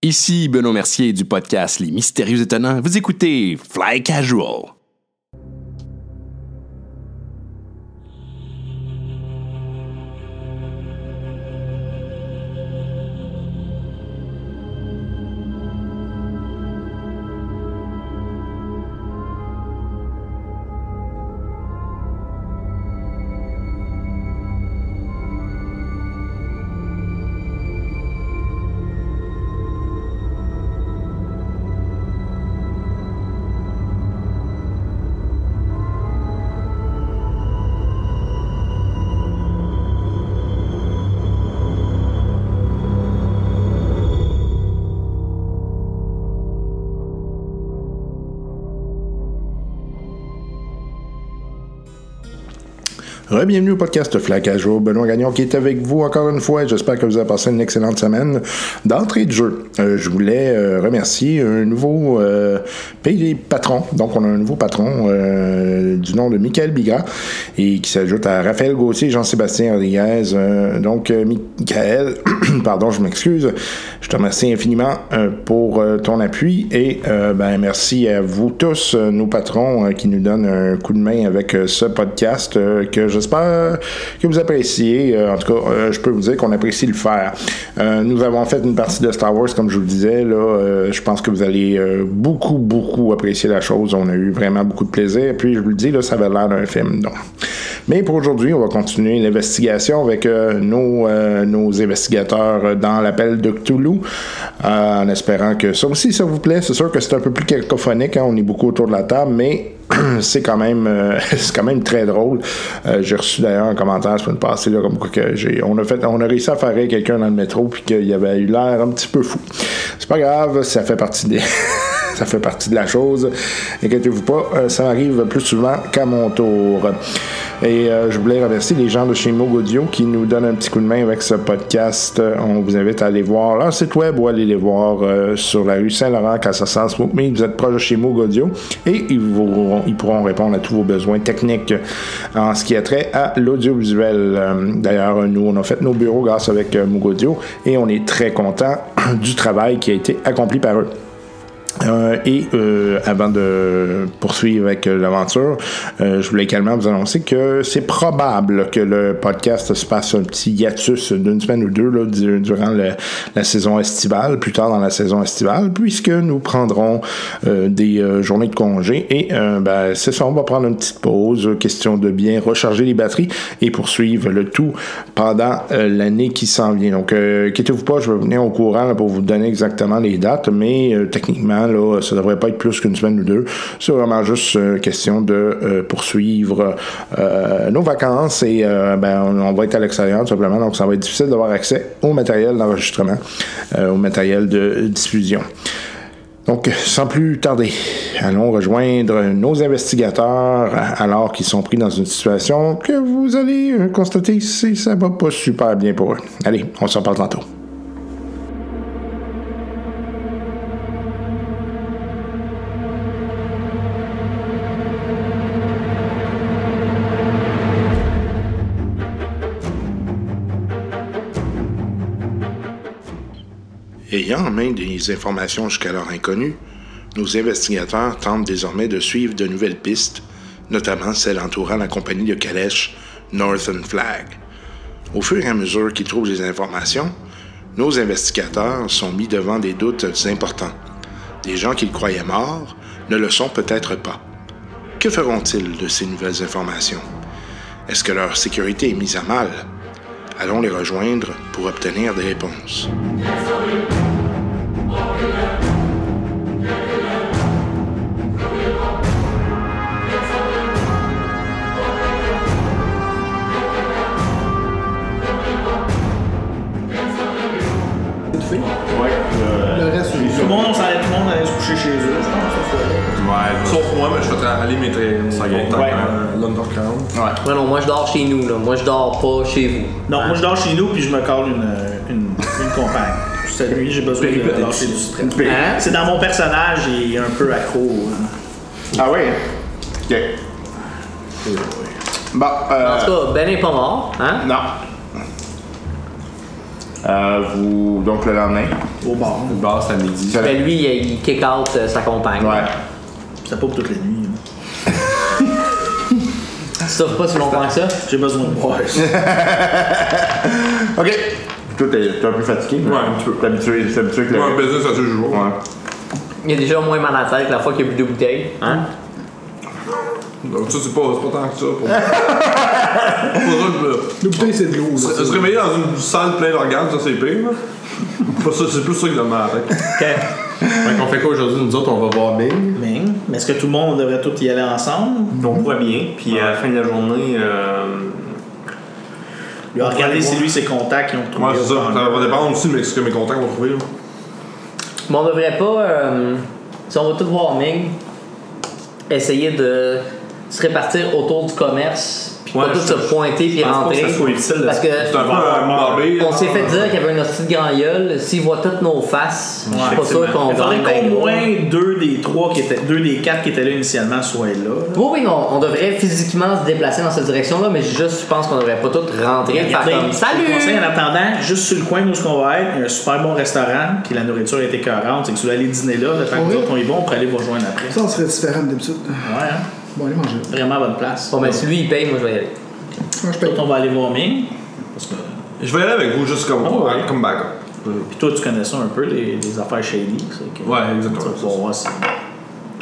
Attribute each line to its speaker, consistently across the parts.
Speaker 1: Ici Benoît Mercier du podcast Les Mystérieux Étonnants. Vous écoutez Fly Casual.
Speaker 2: Bienvenue au podcast Flac à jour. Benoît Gagnon qui est avec vous encore une fois. J'espère que vous avez passé une excellente semaine. D'entrée de jeu, euh, je voulais euh, remercier un nouveau euh, pays patron. Donc, on a un nouveau patron euh, du nom de Michael Bigra et qui s'ajoute à Raphaël Gauthier et Jean-Sébastien Rodriguez. euh, donc, Michael, pardon, je m'excuse. Je te remercie infiniment euh, pour ton appui et ben, merci à vous tous, euh, nos patrons, qui nous donnent un coup de main avec euh, ce podcast euh, que j'espère que vous appréciez. Euh, en tout cas, je peux vous dire qu'on apprécie le faire. Euh, nous avons fait une partie de Star Wars, comme je vous le disais. Là, Euh, je pense que vous allez euh, beaucoup, beaucoup apprécier la chose. On a eu vraiment beaucoup de plaisir. Puis, je vous le dis, là, ça avait l'air d'un film. Donc. Mais pour aujourd'hui, on va continuer l'investigation avec euh, nos, nos investigateurs euh, dans l'appel de Cthulhu, euh, en espérant que ça aussi, ça vous plaît. C'est sûr que c'est un peu plus cacophonique. Hein. on est beaucoup autour de la table, mais c'est quand même euh, c'est quand même très drôle. Euh, j'ai reçu d'ailleurs un commentaire sur une passée là, comme quoi que j'ai on a fait on a réussi à faire quelqu'un dans le métro puis qu'il avait eu l'air un petit peu fou. C'est pas grave, ça fait partie des ça fait partie de la chose. Inquiétez-vous pas, euh, ça m'arrive plus souvent qu'à mon tour. Et euh, je voulais remercier les gens de chez Moog Audio qui nous donnent un petit coup de main avec ce podcast. Euh, On vous invite à aller voir leur site web ou aller les voir euh, sur la rue Saint-Laurent, Cassassens, mais Vous êtes proche de chez Moog Audio et ils, vous, ils pourront répondre à tous vos besoins techniques en ce qui a trait à l'audiovisuel. Euh, D'ailleurs, nous, on a fait nos bureaux grâce avec euh, Moog Audio et on est très content du travail qui a été accompli par eux. Euh, et euh, avant de poursuivre avec euh, l'aventure, euh, je voulais également vous annoncer que c'est probable que le podcast se passe un petit hiatus d'une semaine ou deux là, du, durant le, la saison estivale, plus tard dans la saison estivale, puisque nous prendrons euh, des journées de congé et ben, c'est ça, on va prendre une petite pause, euh, question de bien recharger les batteries et poursuivre le tout pendant euh, l'année qui s'en vient. Donc, euh, inquiétez-vous pas, je vais venir au courant là, pour vous donner exactement les dates, mais euh, techniquement, Là, ça devrait pas être plus qu'une semaine ou deux. C'est vraiment juste euh, question de euh, poursuivre euh, nos vacances et ben, on, on, va être à l'extérieur tout simplement, donc ça va être difficile d'avoir accès au matériel d'enregistrement, euh, au matériel de diffusion. Donc, sans plus tarder, allons rejoindre nos investigateurs alors qu'ils sont pris dans une situation que vous allez euh, constater si ça va pas super bien pour eux. Allez, on s'en parle tantôt. Ayant en main des informations jusqu'alors inconnues, nos investigateurs tentent désormais de suivre de nouvelles pistes, notamment celles entourant la compagnie de calèche Northern Flag. Au fur et à mesure qu'ils trouvent des informations, nos investigateurs sont mis devant des doutes importants. Des gens qu'ils croyaient morts ne le sont peut-être pas. Que feront-ils de ces nouvelles informations? Est-ce que leur sécurité est mise à mal? Allons les rejoindre pour obtenir des réponses.
Speaker 3: Tout le monde s'allait tout le monde allait se coucher chez eux, je pense.
Speaker 4: Ouais, sauf moi, mais je vais aller mettre ça gagne
Speaker 3: Ouais.
Speaker 4: l'underground.
Speaker 3: Ouais.
Speaker 5: Ouais, non, moi je dors chez nous, là. Moi je dors pas chez vous.
Speaker 3: Non, moi je dors chez nous puis je me colle une, euh, une, une compagne. Cette nuit, j'ai besoin de lâcher du stress.
Speaker 5: Hein?
Speaker 3: C'est dans mon personnage, il est un peu accro. hein.
Speaker 2: Ah oui? Ok. Bon,
Speaker 5: En tout cas, Ben est pas mort, hein?
Speaker 2: Non.
Speaker 6: Euh, vous, donc le lendemain.
Speaker 3: Au bar.
Speaker 4: Le bar, c'est à midi.
Speaker 5: Mais Ben, lui, il, il kick out euh, sa compagne.
Speaker 6: Ouais.
Speaker 3: Ça pas pour toute la nuit. là.
Speaker 5: Ça fait pas si longtemps que ça.
Speaker 3: J'ai besoin de boire.
Speaker 6: Ok. Toi, t'es t'es un peu fatigué. mais
Speaker 4: Ouais, un petit peu. ben-
Speaker 6: T'es habitué, t'es habitué que le.
Speaker 4: Moi, un business à toujours.
Speaker 6: Ouais.
Speaker 5: Il a déjà moins mal à la tête que la fois qu'il a bu deux bouteilles. Hein?
Speaker 4: Donc, ça, c'est pas, c'est pas tant que ça pour moi. Pour ça,
Speaker 3: Nous, putain, c'est de l'eau.
Speaker 4: je me- se, se réveiller dans une salle pleine d'organes, ça, c'est pire. là. Pas ça, c'est plus ça que de mal. Hein.
Speaker 7: Fait qu'on fait quoi aujourd'hui? Nous autres, on va voir Bing.
Speaker 3: Mais, mais est-ce que tout le monde devrait tout y aller ensemble?
Speaker 7: Non.
Speaker 8: On voit bien. Puis à la fin de la journée, euh,
Speaker 3: Lui, regardez, c'est lui, ses contacts qui ont trouvé.
Speaker 4: Ouais, c'est ça. Ça
Speaker 3: au-
Speaker 4: va dépendre aussi de ce que mes contacts vont trouver. là.
Speaker 5: Mais on devrait pas, euh, si on va tout voir Ming, essayer de se répartir autour du commerce, puis
Speaker 8: Ouais,
Speaker 5: pas tout
Speaker 8: je-
Speaker 5: se pointer puis
Speaker 8: je pense pas
Speaker 5: rentrer.
Speaker 8: que ça soit utile de-
Speaker 5: parce que
Speaker 4: C'est un peu un barbé.
Speaker 5: on s'est fait dire qu'il y avait une hostie de grand gueule. S'ils voient toutes nos faces, je suis pas
Speaker 8: effectivement.
Speaker 5: sûr qu'on
Speaker 3: Il faudrait
Speaker 5: vende bien
Speaker 3: qu'au
Speaker 5: gros.
Speaker 3: moins deux des trois qui étaient, deux des quatre qui étaient là initialement soient là. là.
Speaker 5: Oui, oui, non, on devrait physiquement se déplacer dans cette direction-là, mais juste, je pense qu'on devrait pas tous rentrer et faire
Speaker 3: Regardez,
Speaker 5: comme Salut!
Speaker 3: je vous conseille, en attendant, juste sur le coin où ce qu'on va être, il y a un super bon restaurant, puis la nourriture est écœurante. C'est que si vous allez dîner là, le temps que nous autres on y va, on pourrait aller vous rejoindre après.
Speaker 9: Ça, on serait différent d'habitude.
Speaker 3: Ouais, hein?
Speaker 9: Bon, allez manger.
Speaker 3: Vraiment bonne place.
Speaker 5: Bon, ben, si lui il paye, moi je vais y aller.
Speaker 9: Moi, je
Speaker 3: Toi,
Speaker 9: paye.
Speaker 3: on va aller voir Ming. Parce que...
Speaker 4: Je vais aller avec vous juste comme,
Speaker 3: Ah ouais.
Speaker 4: comme backup.
Speaker 3: Puis toi, tu connais ça un peu, les, les affaires shady. c'est que-
Speaker 4: Ouais,
Speaker 3: Tu vas
Speaker 4: exactement.
Speaker 3: pouvoir voir si-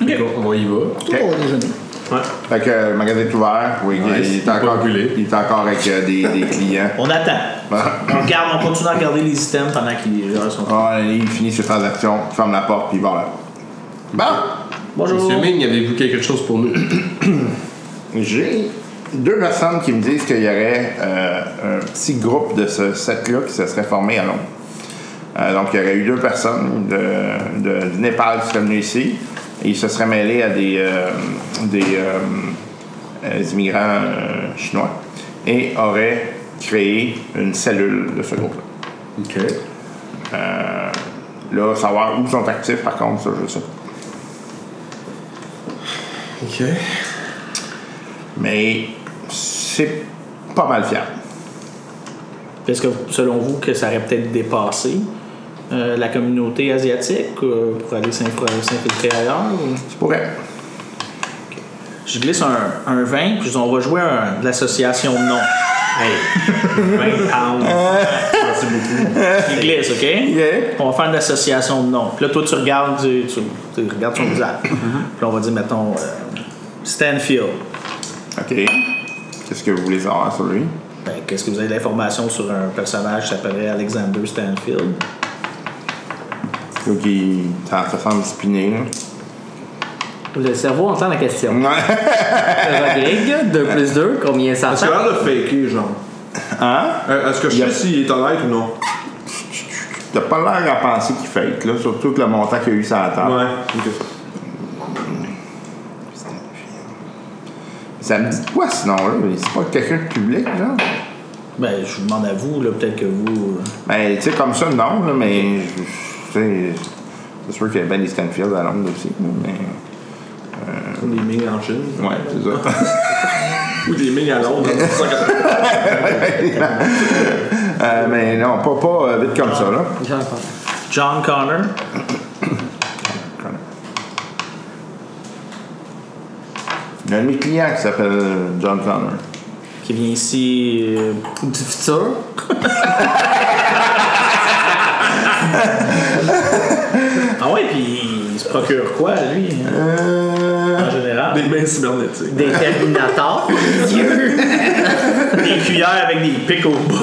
Speaker 7: On y va.
Speaker 9: Tout va au déjeuner.
Speaker 6: Fait que euh, le magasin est ouvert. Oui, il- il, est
Speaker 7: pas
Speaker 6: encore,
Speaker 7: brûlé.
Speaker 6: il est encore avec euh, des, des clients.
Speaker 3: On attend. on, regarde, on continue à regarder les items pendant que les gens sont.
Speaker 6: Ah, il finit ses transactions, il ferme la porte, puis il va là. Bon,
Speaker 3: Bonjour.
Speaker 7: Monsieur Ming, avez-vous quelque chose pour nous?
Speaker 6: j'ai deux personnes qui me disent qu'il y aurait euh, un petit groupe de ce set-là qui se serait formé à Londres. Euh, donc, il y aurait eu deux personnes de, de- du Népal qui seraient venues ici. Et ils se seraient mêlés à des, euh, des, euh, euh, immigrants euh, chinois et auraient créé une cellule de ce groupe-là.
Speaker 7: Ok.
Speaker 6: Euh, là, savoir où sont actifs, par contre, ça, je sais pas.
Speaker 7: Ok.
Speaker 6: Mais c'est pas mal fiable.
Speaker 3: Est-ce que selon vous que ça aurait peut-être dépassé euh, la communauté asiatique euh, pour aller s'inf- s'infiltrer ailleurs? ou-
Speaker 6: Tu pourrais.
Speaker 3: Je glisse un, un 20, puis on va jouer à un- de l'association de noms.
Speaker 8: hey, 20 pounds. Merci beaucoup.
Speaker 3: Je glisse, OK? On va faire de l'association de noms. Puis là, toi, tu regardes, du- tu, tu regardes son
Speaker 8: Mm-hmm.
Speaker 3: visage. Puis on va dire, mettons, euh, Stanfield.
Speaker 6: OK. Qu'est-ce que vous voulez savoir sur lui?
Speaker 3: Ben, Qu'est-ce que vous avez de l'information sur un personnage qui s'appellerait Alexander Stanfield?
Speaker 6: Faut qu'il. Ça, ça semble spiné, là.
Speaker 5: Le cerveau entend la question.
Speaker 6: Ouais.
Speaker 5: Rodrigue, 2 plus 2, combien ça
Speaker 4: Est-ce
Speaker 5: fait?
Speaker 4: qu'il a l'air de faker, genre
Speaker 6: Hein?
Speaker 4: Euh, Est-ce que je
Speaker 6: Yep.
Speaker 4: sais s'il est honnête ou non
Speaker 6: T'as pas l'air à penser qu'il fake, là. Surtout que le montant qu'il y a eu sur la
Speaker 7: Ah.
Speaker 6: table.
Speaker 4: Ouais.
Speaker 6: Ça me dit quoi, sinon, là? C'est pas quelqu'un de public, là?
Speaker 3: Ben, je vous demande à vous, là, peut-être que vous. euh,
Speaker 6: Ben, tu sais, comme ça, non, là, mais. je- je- Tu sais, c'est sûr qu'il y a Ben Stanfield à Londres aussi, là, mais.
Speaker 4: Comme des mings en Chine.
Speaker 6: Ouais, c'est ça.
Speaker 4: Ou des mings à
Speaker 8: hein,
Speaker 4: Londres. dans 1980.
Speaker 6: Euh, mais non, pas, pas euh, vite comme ça, là.
Speaker 3: John Connor.
Speaker 6: J'ai un de mes clients qui s'appelle John Connor.
Speaker 3: qui vient ici. euh,
Speaker 5: Du futur?
Speaker 3: Ah ouais, puis il se procure quoi, lui, hein,
Speaker 6: Euh...
Speaker 5: Ah,
Speaker 3: en général?
Speaker 4: Des mings cybernétiques.
Speaker 5: Des Terminators?
Speaker 3: Des, cuillères avec des pics au bout.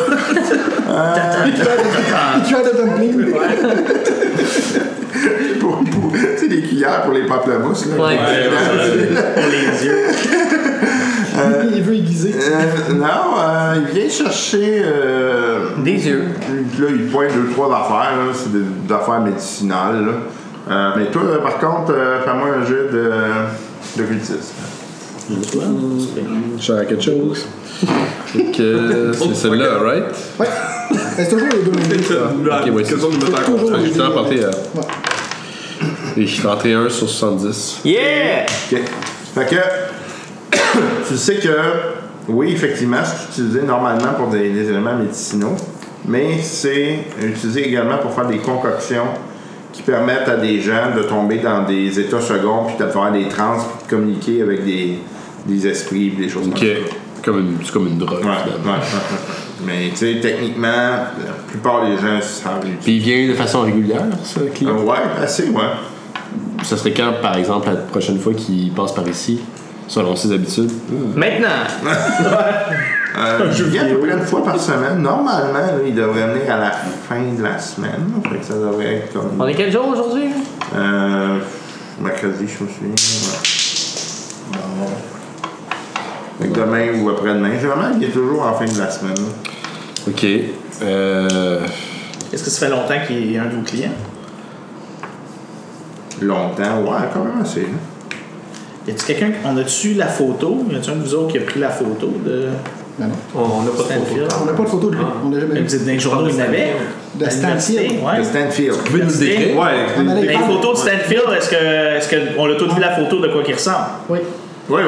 Speaker 9: Tu as de dumpling.
Speaker 6: Pour, pour, tu sais, des cuillères pour les pamplemousses, là.
Speaker 5: Ouais.
Speaker 3: pour les yeux.
Speaker 9: Il veut aiguiser.
Speaker 6: Euh, non, euh, il vient chercher... euh,
Speaker 5: Des yeux.
Speaker 6: Là, il pointe deux, trois affaires, là. C'est des, des affaires médicinales, là. Euh, mais toi, là, par contre, euh, fais-moi un jeu de... de cultisme.
Speaker 9: Je à quelque chose.
Speaker 7: Donc, euh, c'est celle-là, right?
Speaker 9: Ouais. Mais C'est toujours les deux mêmes.
Speaker 7: Ok, ouais, c'est
Speaker 4: Question de mettre en
Speaker 9: Toujours
Speaker 7: Fait que
Speaker 9: les
Speaker 7: je
Speaker 9: deux
Speaker 7: t'ai
Speaker 9: mêmes.
Speaker 7: apporté. euh,
Speaker 9: Ouais.
Speaker 7: Et je suis 31 sur 70.
Speaker 3: Yeah!
Speaker 6: OK. Fait que, tu sais que, oui, effectivement, c'est utilisé normalement pour des, des éléments médicinaux, mais c'est utilisé également pour faire des concoctions qui permettent à des gens de tomber dans des états seconds, puis de faire des trans, puis de communiquer avec des, des esprits, puis des choses
Speaker 7: Ok. Comme une, c'est comme une drogue.
Speaker 6: comme ça. Ouais,
Speaker 7: finalement.
Speaker 6: ouais, ouais, ouais. Mais tu sais, techniquement, la plupart des gens savent l'utiliser.
Speaker 7: Puis il vient de façon régulière, ça, le client?
Speaker 6: Ouais, assez, ouais.
Speaker 7: Ça serait quand, par exemple, la prochaine fois qu'il passe par ici, selon ses habitudes?
Speaker 5: Maintenant,
Speaker 6: Euh, je viens à peu près une fois par semaine. Normalement, là, il devrait venir à la fin de la semaine. Fait que ça devrait être comme.
Speaker 5: on est quel jour aujourd'hui?
Speaker 6: Euh, mercredi, je me souviens. Ouais. Bon. Fait que demain ou après-demain. Généralement, il est toujours en fin de la semaine. là.
Speaker 7: Ok. Euh,
Speaker 3: Est-ce que ça fait longtemps qu'il est un de vos clients?
Speaker 6: Longtemps, ouais, quand même assez. là.
Speaker 3: Y a-tu quelqu'un qui- On a-tu la photo? Y a-tu un de vous autres qui a pris la photo de
Speaker 9: Ben non.
Speaker 8: On n'a pas de photo.
Speaker 3: Stanfield?
Speaker 9: On n'a pas de photo de lui. On l'a jamais
Speaker 3: Ah. Et
Speaker 9: vu.
Speaker 3: Vous êtes dans les journaux, il y en avait?
Speaker 9: De
Speaker 3: À l'université,
Speaker 9: Stanfield.
Speaker 6: Le
Speaker 3: Ouais.
Speaker 6: Stanfield.
Speaker 7: Vous pouvez nous le décrire?
Speaker 8: Ouais,
Speaker 9: Ah, mais là, il
Speaker 3: Les
Speaker 9: parle-
Speaker 3: photos de Stanfield, est-ce que, est-ce que on l'a tous vu la photo de quoi qu'il ressemble?
Speaker 9: Oui.
Speaker 6: Oui, oui,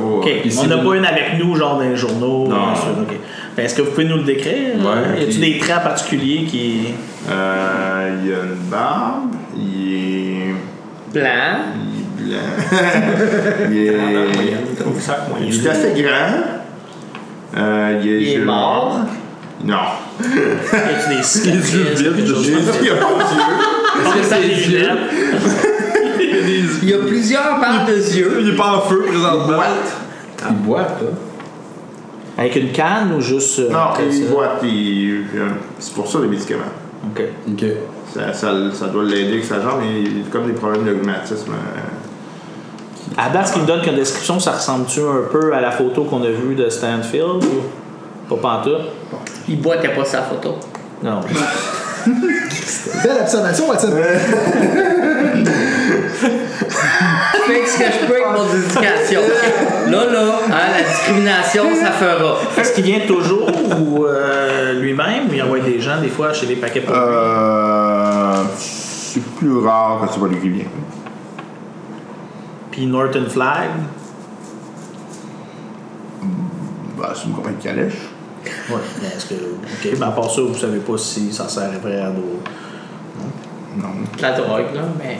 Speaker 6: oui.
Speaker 3: Ok, on n'a pas une avec nous, genre dans les journaux.
Speaker 6: Non.
Speaker 3: bien sûr, ok. Ben, Est-ce que vous pouvez nous le décrire?
Speaker 6: Ouais,
Speaker 3: y a-tu
Speaker 6: puis-
Speaker 3: des traits particuliers qui.
Speaker 6: Euh, il y a une barbe. Il est.
Speaker 5: blanc.
Speaker 6: Il est blanc. il est. Il est assez grand. Euh, il est,
Speaker 5: Il est
Speaker 6: yeux
Speaker 5: mort.
Speaker 6: noirs. Non.
Speaker 3: Y a-tu des cicatrices? quelque chose
Speaker 6: Il
Speaker 3: comme ça?
Speaker 6: a pas
Speaker 3: Je pense que ça a des lunettes.
Speaker 5: Il y a plusieurs paires de yeux.
Speaker 4: Il est pas en feu présentement.
Speaker 7: Il boit, là.
Speaker 3: Avec une canne ou juste. euh,
Speaker 6: de
Speaker 3: comme
Speaker 6: yeux. Non, il
Speaker 3: ça?
Speaker 6: voit. il- euh, C'est pour ça les médicaments.
Speaker 3: Ok.
Speaker 7: Ok.
Speaker 6: Ça, ça- ça doit l'aider avec sa jambe, mais il a comme des problèmes de rhumatisme. euh,
Speaker 3: À date, ce qu'il me donne comme description, ça ressemble-tu un peu à la photo qu'on a vue de Stanfield ou pas pantoute?
Speaker 5: Il boit, t'as pas sa photo.
Speaker 3: Non.
Speaker 9: Belle observation, Watson.
Speaker 5: Je fais ce que je peux avec mon éducation. Là, là, hein, la discrimination, ça fera.
Speaker 3: Est-ce qu'il vient toujours ou euh, lui-même ou il envoie des gens des fois chez les paquets pour lui?
Speaker 6: Euh. C'est plus rare que ce soit lui qui vient.
Speaker 3: Puis Norton Flag?
Speaker 6: Bah, c'est une compagnie de calèche.
Speaker 3: Ouais. Mais Ben, est-ce que. Ok, mais à part ça, vous savez pas si ça servirait à d'autres.
Speaker 6: Non.
Speaker 5: La drogue, là, mais.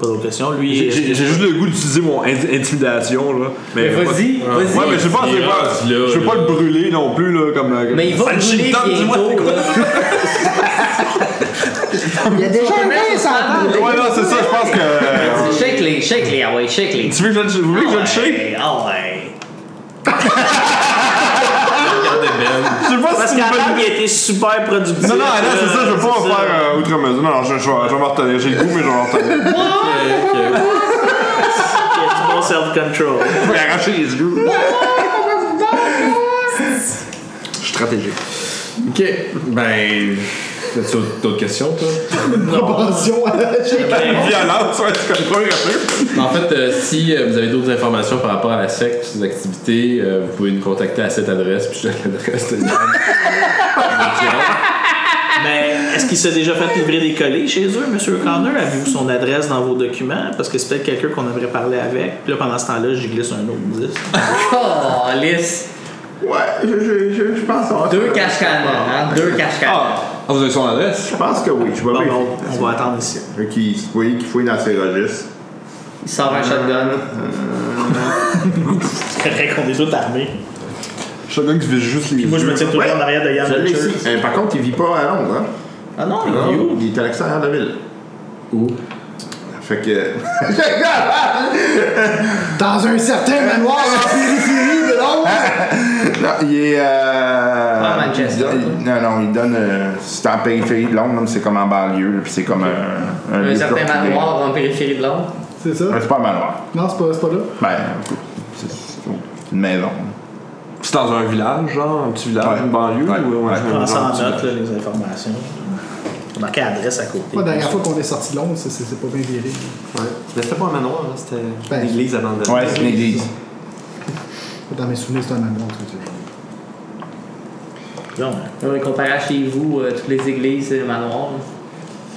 Speaker 3: Pas d'autres questions. Lui,
Speaker 4: J'ai
Speaker 3: est-ce
Speaker 4: j'ai-
Speaker 3: que-
Speaker 4: j'ai juste le goût d'utiliser mon in- intimidation, là.
Speaker 5: Mais vas-y,
Speaker 4: pas-
Speaker 5: vas-y.
Speaker 4: Ouais, mais je sais pas,
Speaker 7: Il
Speaker 4: c'est
Speaker 7: est
Speaker 4: pas-
Speaker 7: rendu là,
Speaker 4: je veux
Speaker 7: là.
Speaker 4: pas le brûler non plus, là, comme. euh, comme-
Speaker 5: Mais il va
Speaker 4: Sanchi,
Speaker 5: brûler
Speaker 4: Tom, dis-moi, c'est
Speaker 5: bientôt,
Speaker 4: quoi?
Speaker 5: là.
Speaker 9: Il y a déjà un gars, ça
Speaker 5: Ouais.
Speaker 4: Ouais, non, c'est ça, je pense que. euh,
Speaker 5: Shake-les, shake-les, ah ouais, shake-les.
Speaker 4: Tu veux que je le- vous voulez que je le shake?
Speaker 5: Ah ouais.
Speaker 4: Je sais pas
Speaker 3: Parce
Speaker 4: si c'est une
Speaker 3: qu'à
Speaker 4: bonne
Speaker 3: date, il a été super productif.
Speaker 4: Non, non, non, c'est ça, je veux pas en
Speaker 3: c'est ça.
Speaker 4: faire euh, outre mesure. Non, non, je, je, vais- je vais m'en retenir. J'ai le goût, mais je vais m'en retenir.
Speaker 3: Il a du bon self-control.
Speaker 4: Je vais arracher les yeux. Stratégique.
Speaker 7: Ok. Ben. T'as-tu autre- d'autres questions, toi?
Speaker 9: Propension à la chèque.
Speaker 4: Violence, ouais, tu comprends, rappelle.
Speaker 7: En fait, euh, si euh, vous avez d'autres informations par rapport à la secte, ses activités, euh, vous pouvez nous contacter à cette adresse, puis je donne l'adresse de
Speaker 3: Mais est-ce qu'il s'est déjà fait livrer des colis chez eux, M. Connor? Avez-vous son adresse dans vos documents? Parce que c'est peut-être quelqu'un qu'on aimerait parler avec. Puis là, pendant ce temps-là, j'y glisse un autre 10.
Speaker 5: Oh, lisse.
Speaker 6: Ouais, je, je, je, je pense qu'on va-
Speaker 5: Deux cache-canons, hein, deux cache-canons.
Speaker 4: Ah, vous avez son adresse?
Speaker 6: Je pense que oui. Je vais
Speaker 3: Bon,
Speaker 6: vérifier.
Speaker 3: bon, on va attendre ici.
Speaker 6: Fait qu'il se fouille, qu'il fouille dans ses registres.
Speaker 5: Il sort un shotgun.
Speaker 3: C'est vrai qu'on est tous armés.
Speaker 4: Chacun qui vise juste les
Speaker 3: Puis moi, je me tiens toujours en arrière de Yann
Speaker 6: Je l'ai
Speaker 3: Richards.
Speaker 6: ici. Euh, par contre, il vit pas à Londres, hein?
Speaker 3: Ah non, il est où?
Speaker 6: Il est à l'extérieur de la ville.
Speaker 7: Où?
Speaker 6: Fait que.
Speaker 9: Dans un certain manoir en périphérie de Londres.
Speaker 6: Non, il est. Euh...
Speaker 5: Pas à Manchester,
Speaker 6: il donne- Non, non, il donne. euh, C'est en périphérie de Londres, mais c'est comme en banlieue, là, puis c'est comme un.
Speaker 5: Un
Speaker 6: lieu
Speaker 5: certain
Speaker 6: culturel.
Speaker 5: manoir en périphérie de Londres.
Speaker 9: C'est ça?
Speaker 6: Ouais, C'est pas un manoir.
Speaker 9: Non, c'est pas, c'est pas là.
Speaker 6: Ben, écoute, c'est- c'est une maison.
Speaker 4: C'est dans un village, genre, un petit village,
Speaker 6: Ouais.
Speaker 4: une banlieue?
Speaker 6: Ouais.
Speaker 4: ou-
Speaker 6: Ouais.
Speaker 4: je me
Speaker 3: Prends ça en
Speaker 4: demande.
Speaker 3: note, là, les informations. On marqué l'adresse à côté.
Speaker 9: La dernière fois qu'on est sorti de Londres, c'est- c'est c'est pas bien viré.
Speaker 8: Ouais. Mais c'était pas un manoir, là, c'était
Speaker 9: Ben.
Speaker 8: une église abandonnée.
Speaker 6: Ouais, c'est une église.
Speaker 9: Dans mes souvenirs, c'est un manoir. tu sais.
Speaker 3: Non,
Speaker 5: Oui, comparé à chez vous, euh, toutes les églises, c'est le manoir.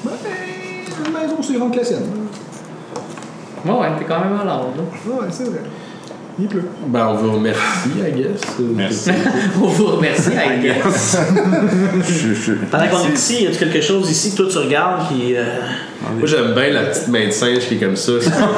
Speaker 9: Ben, une maison, c'est grande que la sienne.
Speaker 5: Ouais, ouais, t'es quand même à Londres. là.
Speaker 9: Ouais, c'est vrai.
Speaker 3: Il pleut.
Speaker 7: Ben, on vous remercie, I guess.
Speaker 6: Merci.
Speaker 5: On vous remercie, I guess.
Speaker 6: Je- je-
Speaker 3: Pendant qu'on est ici, y a quelque chose ici que toi tu regardes qui. euh,
Speaker 7: Moi, j'aime bien la petite main de singe qui est comme ça.
Speaker 4: C'est ça, le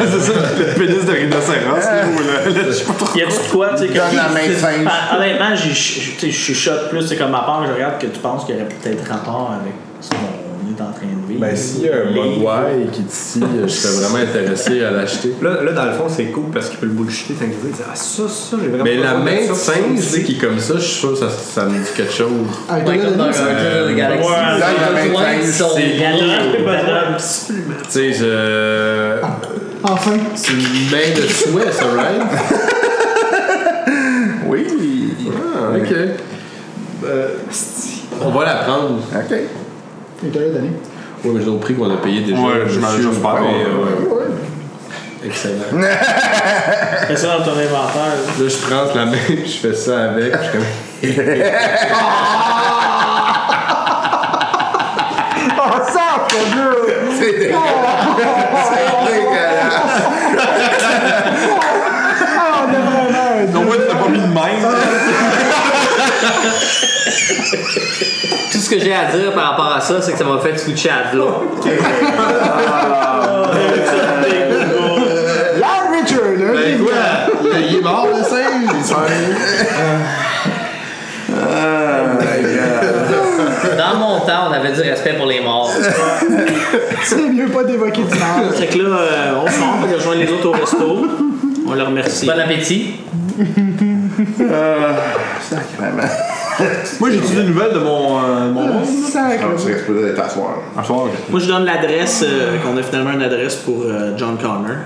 Speaker 4: pénis de rhinocéros, là, ou le- le- je sais pas trop.
Speaker 3: Y a-tu de quoi, tu sais, que-
Speaker 6: Donne la main de singe.
Speaker 3: Ah, Honnêtement, j'y- je tu sais, je chuchote plus, c'est comme à part, je regarde que tu penses qu'il y aurait peut-être rapport avec ce qu'on est en train de vivre.
Speaker 7: Ben, s'il y a un Mogwai qui est ici, je serais vraiment intéressé à l'acheter.
Speaker 8: Là, là, dans le fond, c'est cool parce qu'il peut le bullshitter tant qu'il veut. Il dit Ah, ça, ça, j'ai vraiment.
Speaker 7: Mais
Speaker 8: pas
Speaker 7: la
Speaker 8: besoin de
Speaker 7: main de
Speaker 8: ça.
Speaker 7: singe, tu sais, qui est comme ça, je suis sûr que ça, ça me dit quelque chose.
Speaker 9: Avec
Speaker 5: Ouais,
Speaker 9: le
Speaker 5: comme dans
Speaker 9: gars de
Speaker 5: Guardians of the Galaxy.
Speaker 3: Ouais,
Speaker 5: ils
Speaker 6: dans
Speaker 5: ont
Speaker 6: la
Speaker 5: besoin
Speaker 6: même
Speaker 5: de
Speaker 6: scène,
Speaker 5: son-
Speaker 7: c'est-
Speaker 3: Gadon, Gadon,
Speaker 7: Tu sais, je.
Speaker 9: Enfin,
Speaker 7: C'est une main de souhait, ça, right?
Speaker 6: Oui.
Speaker 7: Ah, ok. Euh, on va la prendre.
Speaker 6: OK.
Speaker 9: il te l'a donné.
Speaker 7: Oui, mais j'ai au prix qu'on a payé déjà.
Speaker 4: Ouais, je m'en
Speaker 7: Monsieur,
Speaker 4: juste pas.
Speaker 7: mais, euh, ouais.
Speaker 9: Ouais.
Speaker 7: Excellent.
Speaker 3: Fais ça dans ton inventaire.
Speaker 7: Là, je prends la main, je fais ça avec. je-
Speaker 6: C'est dégueulasse. C'est
Speaker 7: Euh,
Speaker 6: dégueulasse.
Speaker 4: Non, moi, tu t'as pas mis de main.
Speaker 5: Tout ce que j'ai à dire par rapport à ça, c'est que ça m'a fait switcher à de l'eau.
Speaker 3: Euh,
Speaker 9: Lord Richard, là,
Speaker 7: Ben
Speaker 9: il-
Speaker 7: quoi? Il est mort, le singe? Il s'en est-
Speaker 5: Dans mon temps, on avait du respect pour les morts.
Speaker 9: c'est mieux pas d'évoquer du mal.
Speaker 3: Fait que là, euh, on sort, on rejoint les autres au resto. On leur remercie.
Speaker 5: Bon appétit.
Speaker 6: Sacrément.
Speaker 4: Moi, j'ai-tu des nouvelles de mon. euh, mon monde?
Speaker 9: Sacre.
Speaker 6: Tu serais supposé être à soir.
Speaker 4: À soir, ok.
Speaker 3: Moi, je donne l'adresse, euh, qu'on a finalement une adresse pour euh, John Connor.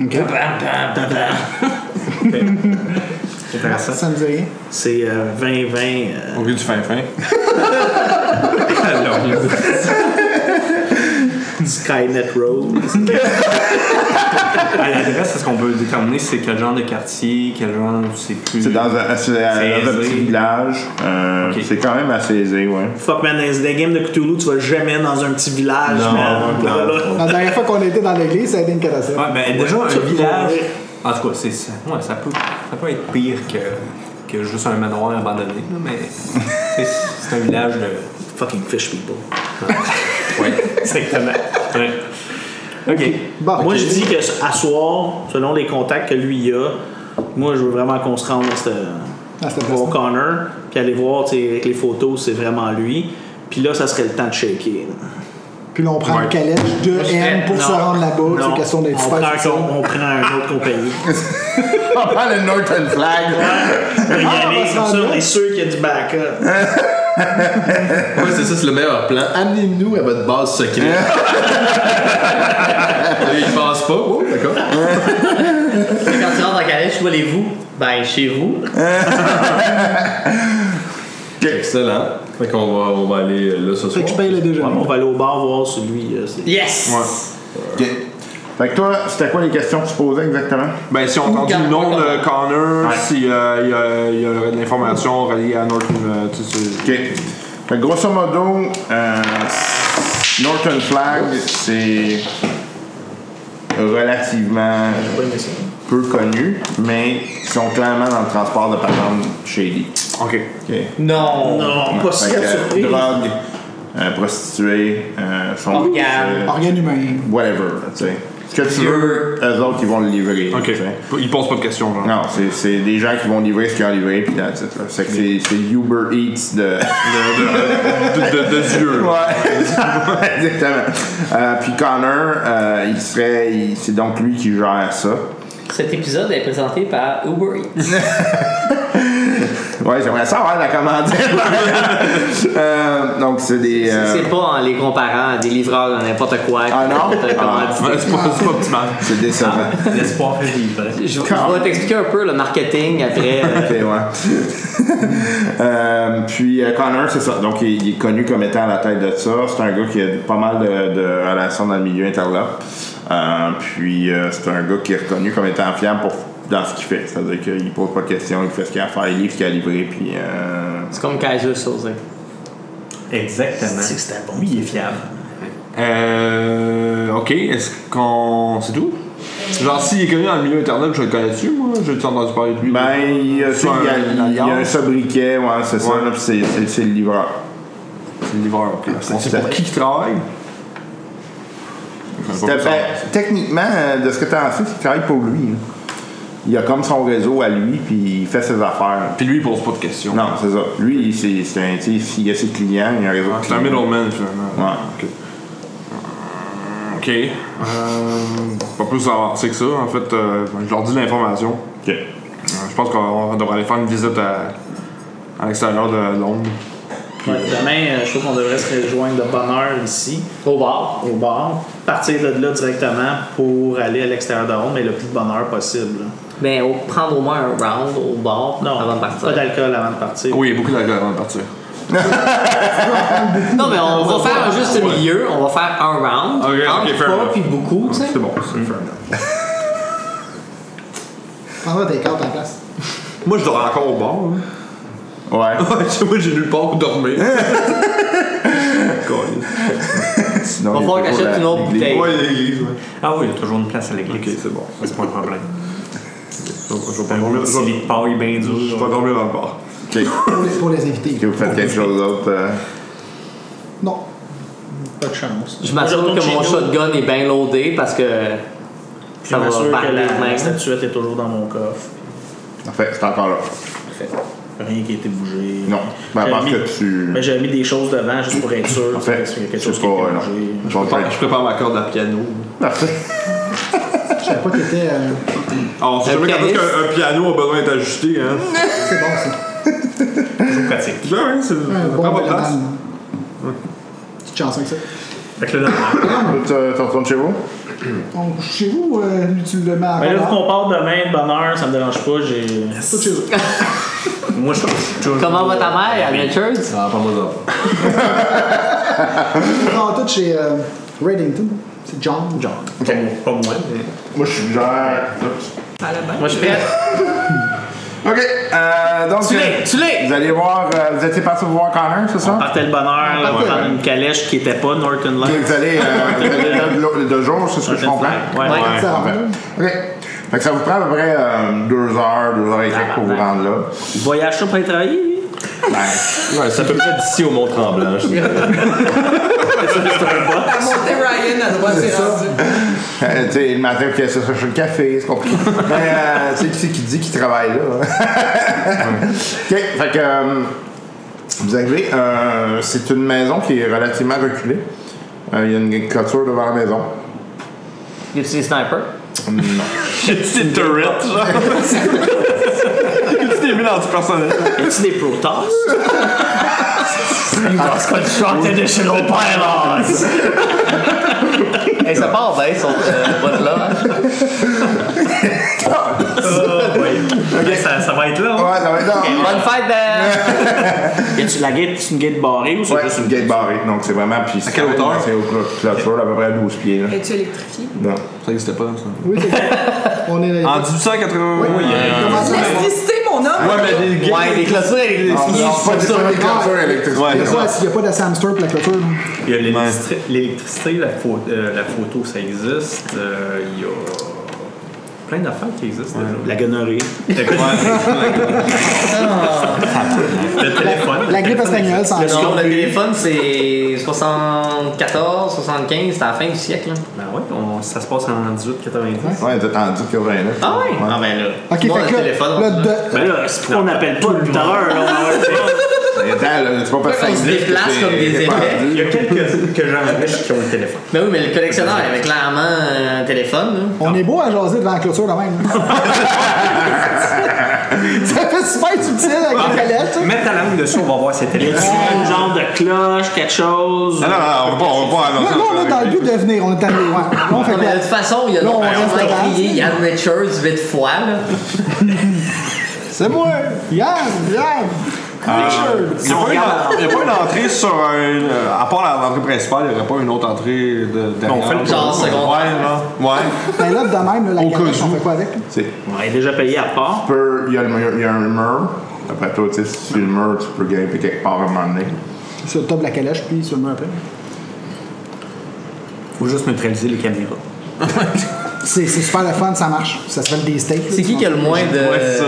Speaker 5: Bam, bam, bam, bam.
Speaker 8: Intéressant.
Speaker 9: Ça me dit rien.
Speaker 3: C'est euh, 2020. euh,
Speaker 4: Au lieu du fin-fin.
Speaker 3: Skynet Road.
Speaker 8: À l'adresse, est-ce qu'on peut déterminer c'est quel genre de quartier, quel genre. C'est plus.
Speaker 6: C'est dans un, c'est dans un
Speaker 8: aisé.
Speaker 6: petit village. Euh,
Speaker 8: Ok.
Speaker 6: C'est quand même assez aisé, ouais.
Speaker 3: Fuck man, dans les games de Cthulhu, tu vas jamais dans un petit village,
Speaker 8: Non,
Speaker 3: man.
Speaker 8: non.
Speaker 3: Voilà.
Speaker 9: La dernière fois qu'on était dans l'église, ça a été une catastrophe.
Speaker 8: Ouais, ben déjà, un
Speaker 3: Tu peux
Speaker 8: village.
Speaker 3: mourir.
Speaker 8: En tout cas, c'est ça. Ouais, ça peut, ça peut être pire que, que juste un manoir abandonné, là, mais. c'est- c'est un village de.
Speaker 3: Fucking fish people.
Speaker 8: Ouais, exactement. Ouais. Ok.
Speaker 9: Bon,
Speaker 3: Moi, je dis que à soir, selon les contacts que lui y a, moi, je veux vraiment qu'on se rende à cette,
Speaker 9: À cette
Speaker 3: voir
Speaker 9: place-là.
Speaker 3: Connor, puis aller voir, tu sais, avec les photos, c'est vraiment lui. Puis là, ça serait le temps de shaker. là.
Speaker 9: Puis là, on prend le calèche de
Speaker 5: Moi, je
Speaker 9: M
Speaker 5: fais-
Speaker 9: pour se
Speaker 5: non.
Speaker 9: rendre là-bas.
Speaker 3: Non,
Speaker 9: C'est question d'être
Speaker 3: on,
Speaker 9: super
Speaker 3: prend,
Speaker 9: utile.
Speaker 3: un- on prend un autre compagnie.
Speaker 6: On prend le Northern Flag.
Speaker 3: On y
Speaker 9: Ah, on va
Speaker 3: aller, comme
Speaker 9: se
Speaker 3: ça,
Speaker 9: rendre
Speaker 3: on
Speaker 9: là.
Speaker 3: est sûr qu'il y a du backup.
Speaker 7: Ouais, c'est ça, c'est le meilleur plan. Amenez-nous à votre base secrète. Là, il passe pas. Oh, d'accord.
Speaker 5: Quand tu rentres dans la calèche, tu vois les vous. Ben, chez vous.
Speaker 7: Excellent. Fait qu'on va, on va aller euh, là ce soir.
Speaker 9: Fait que je paye le déjeuner.
Speaker 3: Ouais, on va aller au bar voir celui. euh, c'est-
Speaker 5: Yes!
Speaker 6: OK. Fait que toi, c'était quoi les questions que tu posais exactement?
Speaker 4: Ben, si on tente
Speaker 5: Garde-
Speaker 4: le nom
Speaker 5: garde-
Speaker 6: euh,
Speaker 4: de Connor, s'il euh, y, a de l'information reliée à Norton. euh, tu sais, c'est-
Speaker 6: OK. Fait que grosso modo, euh, Northern Flag, c'est relativement
Speaker 3: Ouais, mais ça.
Speaker 6: peu connu, mais ils sont clairement dans le transport de patentes shady.
Speaker 4: Ok.
Speaker 6: OK.
Speaker 5: Non!
Speaker 3: Non, pas si
Speaker 6: Fait que,
Speaker 3: surprise.
Speaker 6: drogue, euh, prostituée, euh, sont-
Speaker 5: Organes.
Speaker 6: euh,
Speaker 9: Organe humain.
Speaker 6: whatever, là, tu sais. Ce que tu veux, eux autres, ils vont le livrer. là,
Speaker 4: Ok.
Speaker 6: tu sais.
Speaker 4: Il pose pas de questions, genre.
Speaker 6: Non, c'est- c'est des gens qui vont livrer ce qu'ils ont livré, puis that's it, là. C'est que c'est c'est Uber Eats de.
Speaker 4: De, de, de Dieu.
Speaker 6: Ouais, exactement. Euh, puis Connor, euh, il serait. il- C'est donc lui qui gère ça.
Speaker 5: Cet épisode est présenté par Uber Eats.
Speaker 6: Ouais, j'aimerais savoir la commande. Euh, donc, c'est des. euh,
Speaker 5: C'est pas en les comparant à des livreurs dans n'importe quoi.
Speaker 6: Ah non?
Speaker 5: n'importe comment
Speaker 6: Ah.
Speaker 5: tu
Speaker 4: Ouais, c'est pas, c'est pas optimal.
Speaker 6: c'est décevant.
Speaker 8: L'espoir fait vivre. hein.
Speaker 5: dis. Je, je vais t'expliquer un peu le marketing après. euh,
Speaker 6: Ok, ouais. Euh, puis euh, Connor, c'est ça. Donc, il, il est connu comme étant à la tête de ça. C'est un gars qui a pas mal de, de relations dans le milieu interlope. Euh, puis, euh, c'est un gars qui est reconnu comme étant fiable pour, dans ce qu'il fait. C'est-à-dire qu'il pose pas de questions, il fait ce qu'il a à faire, il livre ce qu'il a livré, puis. euh,
Speaker 5: C'est comme Kaiser Soze.
Speaker 8: Exactement.
Speaker 3: C'est que c'était bon.
Speaker 8: Oui, il est fiable.
Speaker 4: Euh. Ok, est-ce qu'on. C'est tout? Genre, s'il est connu dans le milieu internet, je le connais-tu, moi? J'ai-tu entendu parler de lui?
Speaker 6: Ben, il y a, tu sais, il y a- il y a un sobriquet, ouais, c'est ça,
Speaker 4: Ouais.
Speaker 6: là, puis c'est- c'est c'est le livreur.
Speaker 4: C'est le livreur, ok.
Speaker 6: c'est
Speaker 4: On sait pour
Speaker 6: ça.
Speaker 4: qui il travaille? Je sais pas
Speaker 6: C'était-
Speaker 4: pour ça.
Speaker 6: ben, techniquement, euh, de ce que tu en sais, c'est qu'il travaille pour lui. là. Il a comme son réseau à lui, puis il fait ses affaires.
Speaker 4: Puis lui, il pose pas de questions.
Speaker 6: Non, c'est ça. Lui, il- c'est c'est un, tu sais, il a ses clients, il a un réseau de
Speaker 4: Ah, C'est un
Speaker 6: clients.
Speaker 4: middleman, finalement.
Speaker 6: Ouais.
Speaker 4: Ok. Ok. Euh, pas plus avancé que ça. En fait, euh, je leur dis l'information.
Speaker 6: Ok.
Speaker 4: Euh, je pense qu'on devrait aller faire une visite à, à l'extérieur de Londres.
Speaker 3: Ouais, demain, euh, je trouve qu'on devrait se rejoindre de bonne heure ici,
Speaker 5: Au bar.
Speaker 3: au bar, partir de là directement pour aller à l'extérieur de Rome, mais le plus de bonne heure possible. là.
Speaker 5: Ben, au- prendre au moins un round au bar
Speaker 3: Non,
Speaker 5: avant de
Speaker 3: pas
Speaker 5: partir.
Speaker 3: d'alcool avant de partir.
Speaker 4: Oui, il y a beaucoup d'alcool avant de partir.
Speaker 5: Non, mais on va faire juste le milieu, on va faire un round.
Speaker 4: Ok, ok,
Speaker 5: Entre
Speaker 4: fair
Speaker 5: pas
Speaker 4: enough.
Speaker 5: puis beaucoup, tu sais.
Speaker 4: C'est bon, c'est fair enough.
Speaker 9: Prends-toi tes cartes en place.
Speaker 4: Moi, je dors encore au bar. hein.
Speaker 6: Ouais.
Speaker 4: Moi, j'ai nulle part où dormir. Cool.
Speaker 6: Sinon,
Speaker 5: On va
Speaker 6: il est
Speaker 5: falloir
Speaker 6: toujours
Speaker 5: qu'achète
Speaker 6: à
Speaker 5: une autre
Speaker 6: l'église.
Speaker 5: bouteille.
Speaker 4: ouais, l'église, ouais.
Speaker 8: Ah oui, il y a toujours une place à l'église.
Speaker 4: Ok, c'est bon.
Speaker 8: Ça, c'est pas un problème.
Speaker 4: Je je vais
Speaker 8: Un
Speaker 4: pas dormir- je
Speaker 8: petit lit
Speaker 4: vais-
Speaker 8: de paille bien dur.
Speaker 4: je vais dormir dans le bar.
Speaker 6: Ok.
Speaker 9: Pour les, pour les invités.
Speaker 6: Que vous faites quelque chose d'autre. euh,
Speaker 9: Non. Pas de chance.
Speaker 5: Je m'assure
Speaker 3: retourne
Speaker 5: que
Speaker 3: chez
Speaker 5: mon
Speaker 3: nous.
Speaker 5: shotgun est bien loadé parce que
Speaker 3: Je
Speaker 5: ça va
Speaker 3: m'assure que
Speaker 5: parler
Speaker 3: la,
Speaker 5: de
Speaker 3: la
Speaker 5: même.
Speaker 3: statuette est toujours dans mon coffre.
Speaker 6: Parfait, c'est encore là.
Speaker 3: Parfait. Rien qui a été bougé.
Speaker 6: Non. Ben,
Speaker 3: J'avais
Speaker 6: parce
Speaker 3: mis-
Speaker 6: que tu-
Speaker 3: Ben, j'avais mis des choses devant juste pour être sûr. tu sais,
Speaker 6: Parfait.
Speaker 3: parce qu'il y a quelque
Speaker 6: Je
Speaker 3: chose
Speaker 6: sais
Speaker 3: qui
Speaker 6: pas,
Speaker 3: a été
Speaker 6: ouais, non.
Speaker 3: bougé.
Speaker 6: Je vais
Speaker 4: Attends, je prépare ma corde à piano.
Speaker 6: Parfait.
Speaker 9: Je savais pas que t'étais. euh,
Speaker 4: Alors, on sait
Speaker 5: Un
Speaker 4: jamais quand est-ce
Speaker 5: pianiste.
Speaker 4: qu'un un piano a besoin d'être ajusté, hein.
Speaker 9: C'est bon, ça.
Speaker 8: pratique.
Speaker 4: Ben oui, c'est.
Speaker 9: Un
Speaker 4: ça
Speaker 9: bon
Speaker 4: prend pas de place.
Speaker 9: mélomane. Petite chanson que ça.
Speaker 8: Fait que là, dans-
Speaker 6: Tu euh, tu retournes chez vous?
Speaker 9: On couche chez vous, euh, lui, tu le mets à
Speaker 3: Ben là, vu
Speaker 9: part.
Speaker 3: qu'on part demain de bonne heure, ça me dérange pas. J'ai.
Speaker 9: Tout chez eux.
Speaker 8: moi, je suis toujours.
Speaker 5: Comment va ta mère, Anne Richards?
Speaker 7: Ah, pas moi ça.
Speaker 9: Non, tout chez euh, Reddington. C'est John. John.
Speaker 8: Pas moi, mais.
Speaker 6: Moi, je suggère. Oups.
Speaker 3: Moi, je suis prêt.
Speaker 6: Ok, euh, donc. euh,
Speaker 5: Tu l'es!
Speaker 6: Vous allez voir. euh, vous étiez parti voir Connor, c'est ça?
Speaker 3: Partait le Ah, bonheur,
Speaker 6: Ah,
Speaker 3: on
Speaker 9: partait.
Speaker 3: prendre une calèche qui n'était pas Norton
Speaker 6: Ok,
Speaker 3: Light.
Speaker 6: Vous allez. euh, vous allez faire de l'eau- de jour, c'est ce que je comprends?
Speaker 3: Ouais,
Speaker 5: Ouais.
Speaker 6: Ouais,
Speaker 9: Ça
Speaker 6: parfait.
Speaker 9: va.
Speaker 6: Ok. Fait que ça vous prend à peu près euh, deux heures, deux heures et quelques pour vous rendre là.
Speaker 3: Voyage ça pour aller travailler, lui?
Speaker 6: Ben,
Speaker 7: Ouais, ça peut être d'ici au Mont-Tremblant. je dirais.
Speaker 5: Monter Ryan à droite, c'est rendu.
Speaker 6: euh, tu sais, le matin, puis ça cherche le café, c'est compliqué. Mais euh, tu sais, qui c'est qui dit qu'il travaille là? hein? ok, fait que. euh, vous arrivez, euh, c'est une maison qui est relativement reculée. Euh, Il y a une clôture devant la maison.
Speaker 5: Y a-tu des snipers?
Speaker 4: C'est une turret, genre. Tu t'es mis dans du personnel.
Speaker 3: Y a-tu des protoss?
Speaker 5: Hey, ça part bien, son euh, pote là.
Speaker 8: Ça, ça va être là. hein?
Speaker 6: Ouais, ça va être dans.
Speaker 5: Bonne fête, Ben!
Speaker 3: Y a-tu la gate, c'est une gate barrée ou c'est
Speaker 6: Ouais,
Speaker 3: juste
Speaker 6: c'est une gate barrée, donc c'est vraiment. Puis à
Speaker 4: quelle hauteur?
Speaker 6: C'est au clo- clôture, à peu près à 12 pieds. Là.
Speaker 10: Es-tu électrifié?
Speaker 6: Non.
Speaker 4: Ça n'existait pas, ça.
Speaker 9: Oui, c'est- On est
Speaker 4: En 1880.
Speaker 9: là.
Speaker 4: Oui, il y a-
Speaker 9: Comment ça?
Speaker 10: L'électricité, mon homme!
Speaker 4: Ouais, mais les gars.
Speaker 5: Ouais, des clôtures avec des
Speaker 4: Ah,
Speaker 6: Non, non, pas des pas des clôtures électriques.
Speaker 9: Il n'y a, pas- il y a pas de Samster pour la clôture. non?
Speaker 8: Il y a l'électri- l'électricité, la, pho- euh, la photo, ça existe. Euh, il y a plein d'affaires qui existent
Speaker 3: la gonorrhée?
Speaker 8: déjà. le téléphone.
Speaker 9: La grippe espagnole, ça en
Speaker 5: Le nombre de téléphone, c'est 74, 75, c'est à la fin du siècle. Là.
Speaker 8: Ben ouais, on- ça se passe en 1890.
Speaker 6: Ouais, t'as tendu que 20 là.
Speaker 5: Ah ouais? Ah ben là.
Speaker 9: Ok,
Speaker 5: tout
Speaker 9: fait
Speaker 5: le monde a
Speaker 9: que
Speaker 5: le
Speaker 9: là,
Speaker 5: téléphone.
Speaker 9: là,
Speaker 5: on a-
Speaker 9: de-
Speaker 3: Ben là, c'est pourquoi on n'appelle pas le heure, là? on va voir.
Speaker 6: Attends, là, c'est pas parce que ça
Speaker 5: On se
Speaker 6: existe que
Speaker 5: déplace
Speaker 6: c'est-
Speaker 5: comme des
Speaker 6: c'est pas
Speaker 5: épais.
Speaker 6: rendu.
Speaker 8: Il y a quelques que gens riches qui ont le téléphone.
Speaker 5: Ben oui, mais le collectionneur avait clairement un téléphone. Là.
Speaker 9: on est beau à jaser devant la clôture de même. là. ça fait super subtil avec la palette.
Speaker 8: Mets ta langue dessus, on va voir si c'est
Speaker 3: Y
Speaker 8: téléphone.
Speaker 3: a-tu une genre de cloche, quelque chose?
Speaker 4: Non, non, non, on va pas- on va pas
Speaker 9: Là,
Speaker 4: annoncer.
Speaker 9: là, on est dans le but de venir, on est arrivé. Ouais. Là, on fait
Speaker 5: Non, mais de
Speaker 9: quoi?
Speaker 5: toute façon, il y a
Speaker 9: Là, on
Speaker 5: normalement
Speaker 9: reste là-bas.
Speaker 5: crié Yann Richards vite fois. Là.
Speaker 9: C'est moi! Yann! Yann! Richard!
Speaker 4: Il n'y a, pas une- il y a pas une entrée sur un. euh, À part la- l'entrée principale, il n'y aurait pas une autre entrée de, derrière.
Speaker 8: on fait le
Speaker 5: genre secondaire.
Speaker 4: Ouais, là. Ouais.
Speaker 9: Ben là, de même, là, la
Speaker 4: Au
Speaker 9: galette,
Speaker 4: cas
Speaker 9: on
Speaker 4: où.
Speaker 9: fait quoi avec?
Speaker 6: C'est
Speaker 3: Ouais, déjà payé à part.
Speaker 6: peu. Il y a le- il y a un mur. Après toi, tu sais, si tu suis le mur, tu peux grimper quelque part à un moment donné.
Speaker 9: Sur le top de la calèche, puis sur le mur après.
Speaker 8: Faut juste neutraliser les caméras.
Speaker 9: C'est c'est super le fun, ça marche. Ça s'appelle des steaks.
Speaker 5: C'est qui qui a le moins de.
Speaker 8: Ouais, c'est ça.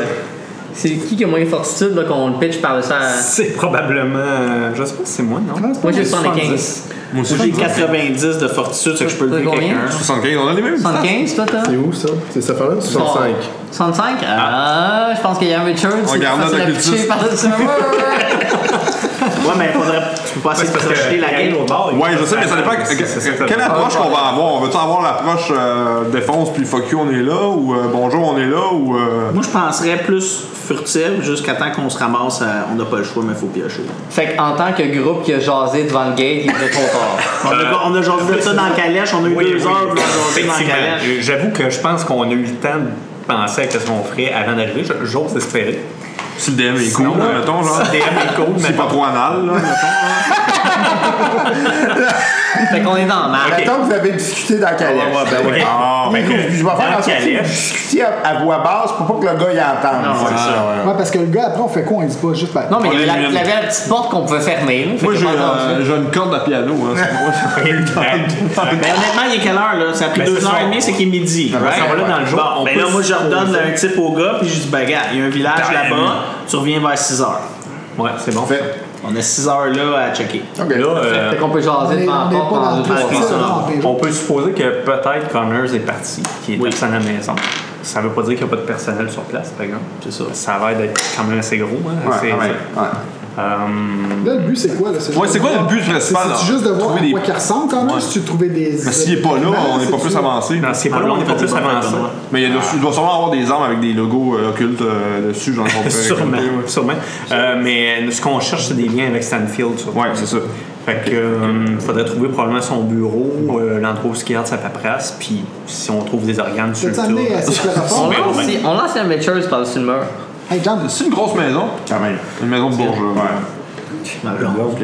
Speaker 5: C'est qui qui a le moins de fortitude là, qu'on le pitch par le sang?
Speaker 8: C'est probablement. euh, je sais pas si c'est moi, non?
Speaker 5: Moi j'ai 75.
Speaker 4: Moi aussi,
Speaker 3: J'ai 90 de fortitude, c'est que je peux
Speaker 5: T'as
Speaker 3: lever
Speaker 5: combien?
Speaker 3: quelqu'un.
Speaker 4: 75, on a les mêmes.
Speaker 5: 75 toi t'as?
Speaker 2: C'est où ça? C'est cette affaire-là? 65.
Speaker 5: 65? Ah, je pense qu'il y a un Richard. c'est
Speaker 4: Regarde
Speaker 5: plus
Speaker 4: là,
Speaker 5: facile à
Speaker 4: la culture.
Speaker 5: pitcher par le sang.
Speaker 3: Ouais, mais faudrait, tu peux pas essayer de projeter la game.
Speaker 8: au bord.
Speaker 4: Ouais, je sais, mais ça dépend. que- que- quelle approche qu'on va avoir? On veut-tu avoir l'approche euh, défonce puis fuck you, on est là? Ou euh, bonjour, on est là? Ou. euh,
Speaker 3: Moi, je penserais plus furtif jusqu'à temps qu'on se ramasse. à- on n'a pas le choix, mais il faut piocher.
Speaker 5: Fait qu'en tant que groupe qui a jasé devant le gate, il était trop tard.
Speaker 3: On a, on a jasé de ça dans la calèche, on a eu
Speaker 8: Euh, Oui,
Speaker 3: deux
Speaker 8: oui.
Speaker 3: heures de jaser dans la calèche.
Speaker 8: Effectivement. J'avoue que je pense qu'on a eu le temps de penser à ce qu'on ferait avant d'arriver. Je- J'ose espérer.
Speaker 4: Si le DM est cool,
Speaker 8: Sinon, là,
Speaker 4: mettons, genre.
Speaker 8: si le DM est cool,
Speaker 4: C'est
Speaker 8: mettons.
Speaker 4: pas trop anal, là.
Speaker 5: fait qu'on est dans le marge.
Speaker 6: Mettons que vous avez discuté dans la calèche.
Speaker 8: Ouais, ouais, ben ouais.
Speaker 4: Ah,
Speaker 6: Mais
Speaker 4: ben,
Speaker 6: je vais faire
Speaker 8: la
Speaker 6: en sorte que vous
Speaker 8: calèche.
Speaker 6: discutiez à, à voix basse pour pas que le gars y entende.
Speaker 4: c'est ça, ouais.
Speaker 9: Ouais, parce que le gars, après, on fait quoi? On dit pas juste. ben,
Speaker 5: Non, mais
Speaker 4: On
Speaker 5: il y, avait la,
Speaker 4: l'élimine.
Speaker 5: il y avait la petite porte qu'on pouvait fermer. là. Fait
Speaker 4: Moi,
Speaker 5: que
Speaker 4: j'ai
Speaker 5: pas grave,
Speaker 4: euh,
Speaker 5: ça.
Speaker 4: j'ai une corde à piano, hein. c'est moi, ça fait le temps.
Speaker 3: Mais honnêtement, il est quelle heure là? Ça a pris
Speaker 8: Ben,
Speaker 3: deux
Speaker 8: ce
Speaker 3: heures et
Speaker 8: soir.
Speaker 3: demie, c'est qu'il est midi.
Speaker 8: ben,
Speaker 3: right?
Speaker 8: ça va là dans le jour.
Speaker 3: Bon,
Speaker 8: On
Speaker 3: ben
Speaker 8: peut
Speaker 3: là, moi,
Speaker 8: se
Speaker 3: je redonne un type au gars, puis je dis, ben, gars, il y a un village là-bas, tu reviens vers 6 heures.
Speaker 8: Ouais, c'est bon.
Speaker 6: Fait-
Speaker 3: On a 6 heures là à checker.
Speaker 8: Là, euh,
Speaker 5: Ah. Fait qu'on peut
Speaker 9: on
Speaker 5: jaser
Speaker 9: est-
Speaker 5: devant la
Speaker 9: on est
Speaker 5: porte
Speaker 9: pas
Speaker 5: pendant
Speaker 9: dans le
Speaker 5: deux, trois
Speaker 9: tout
Speaker 4: Ah,
Speaker 5: heures.
Speaker 9: ça, là, en Béjo.
Speaker 8: on peut supposer que peut-être Connors est parti, qui est
Speaker 3: Oui.
Speaker 8: absent à la maison. Ça veut pas dire qu'il n'y a pas de personnel sur place, par exemple.
Speaker 3: C'est ça.
Speaker 8: Ça va être quand même assez gros. Hein,
Speaker 6: Ouais,
Speaker 8: c'est-
Speaker 6: ouais, ouais.
Speaker 8: Euh,
Speaker 9: Là, le but, c'est quoi? là?
Speaker 4: Ouais, c'est quoi le but
Speaker 9: C'est
Speaker 4: principal? là?
Speaker 9: c'est juste de voir à
Speaker 4: Trouver des-
Speaker 9: quoi qu'il ressemble quand même, si tu trouvais des.
Speaker 4: Mais s'il est pas là, on n'est pas plus avancé.
Speaker 8: non, c'est pas
Speaker 3: Alors,
Speaker 8: là,
Speaker 3: on
Speaker 8: on
Speaker 3: est
Speaker 8: n'est pas plus
Speaker 3: fatigué,
Speaker 8: avancé.
Speaker 3: pardon.
Speaker 4: Mais il, y a- il doit sûrement avoir des armes avec des logos euh, occultes euh, dessus, j'en comprends.
Speaker 8: Sûrement, sûrement. Euh, mais ce qu'on cherche, c'est des liens avec Stanfield. surtout.
Speaker 4: Ouais, c'est ça.
Speaker 8: Fait que euh, faudrait trouver probablement son bureau, euh, l'endroit où il garde sa paperasse, puis si on trouve des organes sur le
Speaker 9: Cette
Speaker 8: tas.
Speaker 9: année, c'est
Speaker 5: On
Speaker 9: plateforme.
Speaker 8: Ouais.
Speaker 5: lance, on lance un Richards par-dessus le mur.
Speaker 9: Hey, John,
Speaker 4: C'est une grosse maison.
Speaker 6: Quand même.
Speaker 4: Une maison de bourgeois.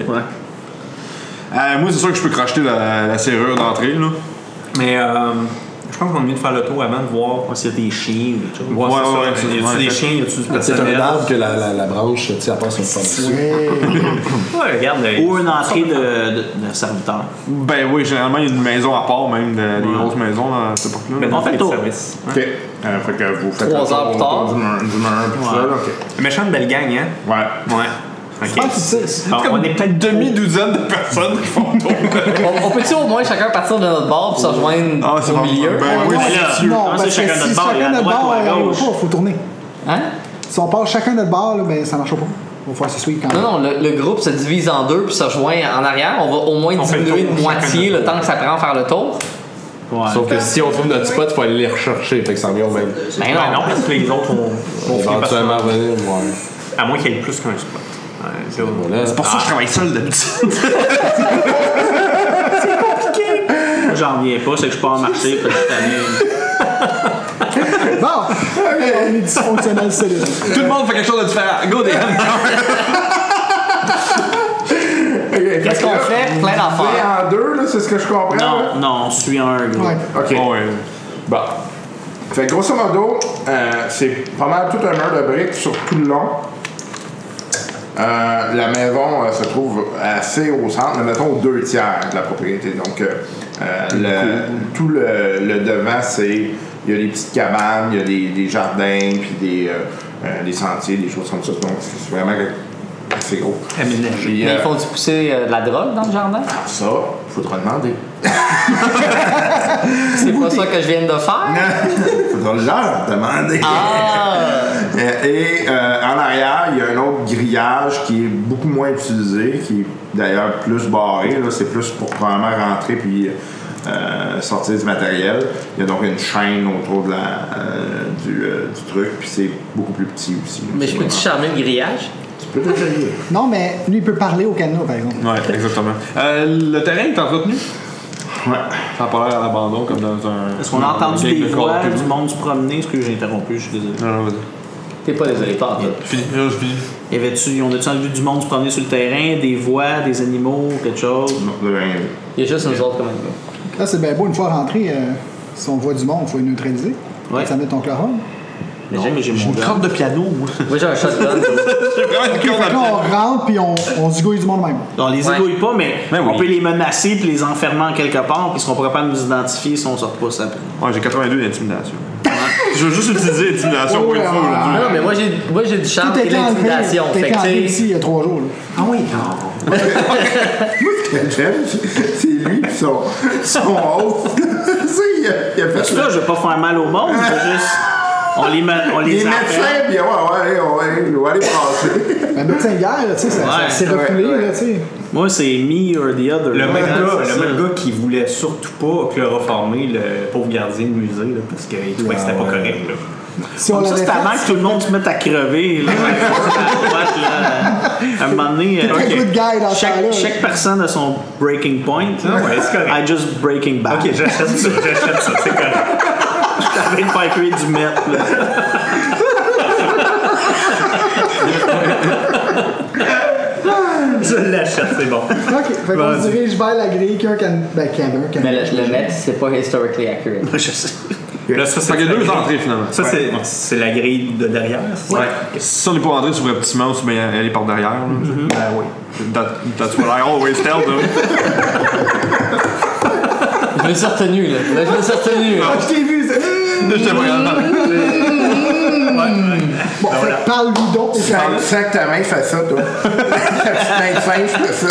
Speaker 3: Ouais.
Speaker 4: Euh, moi, c'est sûr que je peux crocheter la, la serrure d'entrée, là.
Speaker 8: Mais euh, je pense qu'on est mieux de faire le tour avant de voir.
Speaker 3: Ouais, s'il y a des chiens ou des choses.
Speaker 8: voir
Speaker 4: Ouais,
Speaker 8: c'est
Speaker 4: ouais, ouais,
Speaker 8: ça. y a-tu
Speaker 4: ouais,
Speaker 8: des
Speaker 4: fait-
Speaker 8: chiens, y a-tu du
Speaker 9: Ah,
Speaker 10: C'est
Speaker 8: personnel?
Speaker 10: un arbre que la, la, la branche, tu sais, à part sur le fond.
Speaker 8: Ouais, regarde. là,
Speaker 3: Ou une entrée de, de, de serviteur.
Speaker 4: Ben oui, généralement, il y a une maison à part, même, de- des grosses maisons là, à cette époque-là.
Speaker 8: Mais
Speaker 4: là.
Speaker 8: on fait le tour.
Speaker 6: OK. Euh, fait que vous faites
Speaker 5: Trois
Speaker 6: le tour
Speaker 5: heures plus
Speaker 6: autour
Speaker 5: tard.
Speaker 6: Du mur, du mur, puis tout ça, là. OK.
Speaker 8: Méchante belle gang, hein?
Speaker 6: Ouais.
Speaker 8: Ouais.
Speaker 9: ah,
Speaker 8: Ok.
Speaker 9: tu sais, c'est-
Speaker 8: Alors, on est peut-être
Speaker 4: demi-douzaine de personnes qui font tour.
Speaker 5: On, on peut-tu au moins chacun partir de notre bar puis se rejoindre
Speaker 4: Ah, c'est
Speaker 5: au
Speaker 4: pas
Speaker 5: milieu?
Speaker 4: Ben oui,
Speaker 9: non,
Speaker 4: c'est
Speaker 3: là,
Speaker 4: sûr.
Speaker 9: non,
Speaker 3: comment
Speaker 9: parce
Speaker 3: ça,
Speaker 9: que si
Speaker 3: chacun notre bord, il y a à
Speaker 9: chacun notre
Speaker 3: droite ou
Speaker 9: bord,
Speaker 3: à
Speaker 9: il y a
Speaker 3: gauche?
Speaker 9: pas, il faut tourner.
Speaker 5: Hein?
Speaker 9: Si on part chacun notre bord, là, ben, ça marche pas. On va faire se suivre quand
Speaker 5: Non,
Speaker 9: même.
Speaker 5: non, le, le groupe se divise en deux puis se rejoint en arrière. On va au moins
Speaker 8: On fait le
Speaker 5: diminuer
Speaker 8: tour,
Speaker 5: de moitié
Speaker 8: chacun.
Speaker 5: le temps que ça prend à faire le tour.
Speaker 10: Sauf que si on trouve notre spot, faut aller les rechercher. Fait que ça revient au même.
Speaker 5: Ben
Speaker 8: Ben non,
Speaker 5: non.
Speaker 8: parce que les autres ont, ont fini par
Speaker 10: Éventuellement revenir, ouais.
Speaker 8: À moins qu'il y ait plus qu'un spot. Ouais, c'est bon.
Speaker 10: Voilà.
Speaker 4: C'est pour ça que je travaille seul d'habitude.
Speaker 3: Moi, j'en reviens pas, c'est que je pars marcher, puis je t'amène.
Speaker 9: Bon, on est dysfonctionnel, c'est là.
Speaker 4: Tout le monde fait quelque chose de différent. Go, des
Speaker 5: Qu'est-ce qu'on fait? Plein
Speaker 6: Divisé
Speaker 5: d'affaires.
Speaker 6: en deux, là, c'est ce que je comprends. là?
Speaker 3: Non, non, on suit un gros.
Speaker 9: Ouais.
Speaker 6: OK.
Speaker 4: ouais.
Speaker 6: Bon. Fait que grosso modo, euh, c'est pas mal tout un mur de briques sur tout le long. Euh, la maison euh, se trouve assez au centre, mais mettons aux deux tiers de la propriété. Donc, euh, euh, le- tout le, le devant, c'est. Il y a des petites cabanes, il y a des, des jardins, puis des, euh, euh, des sentiers, des choses comme ça. Donc, c'est vraiment assez gros.
Speaker 8: Aménagé.
Speaker 6: Puis,
Speaker 5: Mais
Speaker 6: euh,
Speaker 5: ils font-tu pousser euh, de la drogue dans le jardin?
Speaker 6: ça, faudra demander.
Speaker 5: C'est pas ça que je viens de faire?
Speaker 6: faudra leur demander.
Speaker 5: Ah!
Speaker 6: Euh, Et euh, en arrière, il y a un autre grillage qui est beaucoup moins utilisé, qui est d'ailleurs plus barré. là. C'est plus pour probablement rentrer puis euh, sortir du matériel. Il y a donc une chaîne autour de la, euh, du, euh, du truc, puis c'est beaucoup plus petit aussi.
Speaker 5: Mais je peux-tu charmer le grillage?
Speaker 6: Tu peux t'essayer.
Speaker 9: Non, mais lui, il peut parler au cadenas, par exemple.
Speaker 4: Ouais, exactement. Euh, le terrain est entretenu?
Speaker 6: Ouais.
Speaker 4: Ça a pas l'air à l'abandon comme dans un.
Speaker 3: Est-ce qu'on a entendu des voix, du monde se promener? Est-ce que j'ai interrompu? Je suis désolé.
Speaker 4: Non, non, vas-y.
Speaker 5: T'es pas désolé, pas en tout.
Speaker 4: Fini, là, je finis.
Speaker 3: Y avait-tu, on a-tu entendu du monde se promener sur le terrain, des voix, des animaux, quelque chose?
Speaker 6: Non, de rien.
Speaker 5: Il y a juste nous autres comme
Speaker 9: Là, c'est bien beau, une fois rentré, euh, si on voit du monde, il faut les neutraliser.
Speaker 3: Ouais.
Speaker 9: Ça met ton chlorone.
Speaker 3: Mais j'ai- j'ai
Speaker 8: J'ai
Speaker 3: mon
Speaker 8: une
Speaker 3: gun.
Speaker 8: corde de piano, moi.
Speaker 5: Moi, j'ai un shotgun.
Speaker 4: J'ai vraiment une corde
Speaker 9: Fait
Speaker 4: à
Speaker 9: que là,
Speaker 4: pied.
Speaker 9: on rentre puis on, on se gouille du monde même.
Speaker 3: On les
Speaker 5: Ouais.
Speaker 3: égouille pas, mais,
Speaker 4: Mais
Speaker 8: Ben
Speaker 3: on
Speaker 4: oui.
Speaker 3: peut les menacer puis les enfermer en quelque part, puis ils seront pas capables de nous identifier si on sort pas ça.
Speaker 4: Ouais, j'ai 82 d'intimidation. Je veux juste utiliser l'intimidation pour une fois aujourd'hui.
Speaker 5: Non, mais moi, j'ai, moi, j'ai du charme et de l'intimidation.
Speaker 9: T'as
Speaker 5: Fait
Speaker 9: été
Speaker 5: que,
Speaker 9: enlevé
Speaker 5: tu
Speaker 9: ici
Speaker 5: sais,
Speaker 9: il y a trois jours. là.
Speaker 8: Ah oui, non.
Speaker 6: J'aime, c'est lui pis son, son hôte. Tu sais, il a, il a fait
Speaker 3: En tout cas, je vais pas faire mal au monde, je veux juste. On les, ma- on les,
Speaker 6: Il est
Speaker 3: enferme.
Speaker 6: médecin, pis ouais, ouais, on va aller- on va aller passer.
Speaker 9: La médecin hier, là, tu sais, ça,
Speaker 3: Ouais,
Speaker 9: ça s'est
Speaker 3: ouais,
Speaker 9: reculé,
Speaker 6: ouais.
Speaker 9: là, tu sais.
Speaker 3: Moi, c'est me or the other.
Speaker 8: Le
Speaker 3: Ouais,
Speaker 8: même gars,
Speaker 3: c'est
Speaker 8: le
Speaker 3: ça.
Speaker 8: même gars qui voulait surtout pas chloroformer le pauvre gardien de musée, là, parce qu'il trouvait que c'était pas correct, là.
Speaker 9: Si on
Speaker 3: Comme ça,
Speaker 9: l'avait
Speaker 3: c'est avant que
Speaker 9: fait,
Speaker 3: Ah, tout le monde se mette à crever. Là, à, droite, là. à un moment donné, euh,
Speaker 9: très
Speaker 3: ok.
Speaker 9: good guy dans ce
Speaker 3: chaque,
Speaker 9: temps-là.
Speaker 3: chaque personne a son breaking point. là.
Speaker 8: Ah ouais, c'est correct.
Speaker 3: I just breaking back.
Speaker 8: Ok, j'achète ça, j'achète ça, c'est correct.
Speaker 3: J'avais de faire créer du mètre. là.
Speaker 8: Je l'achète, c'est bon.
Speaker 9: Ok, fait qu'on se dirige vers la grille qu'un can... Ben, qu'un can...
Speaker 5: Mais le, le net, c'est pas historically accurate.
Speaker 3: Je sais.
Speaker 8: Là, ça, c'est
Speaker 4: Fait qu'il y a
Speaker 8: la
Speaker 4: deux
Speaker 8: grille.
Speaker 4: entrées finalement.
Speaker 8: Ça, c'est, c'est la grille de derrière. c'est ça?
Speaker 4: Ouais. Si on n'est pas rentré sur Reptiment, c'est bien aller par derrière. là.
Speaker 8: Ben oui.
Speaker 4: That- That's what I always tell them.
Speaker 5: Je me suis retenu, là. Là, je me suis retenu. là.
Speaker 9: Je t'ai vu, c'est...
Speaker 4: J'étais pas capable.
Speaker 9: Bon, fait que parle-lui donc. et
Speaker 6: Fait que
Speaker 9: puis-
Speaker 6: sac ta main, fais ça, toi. Putain de singe, fais ça.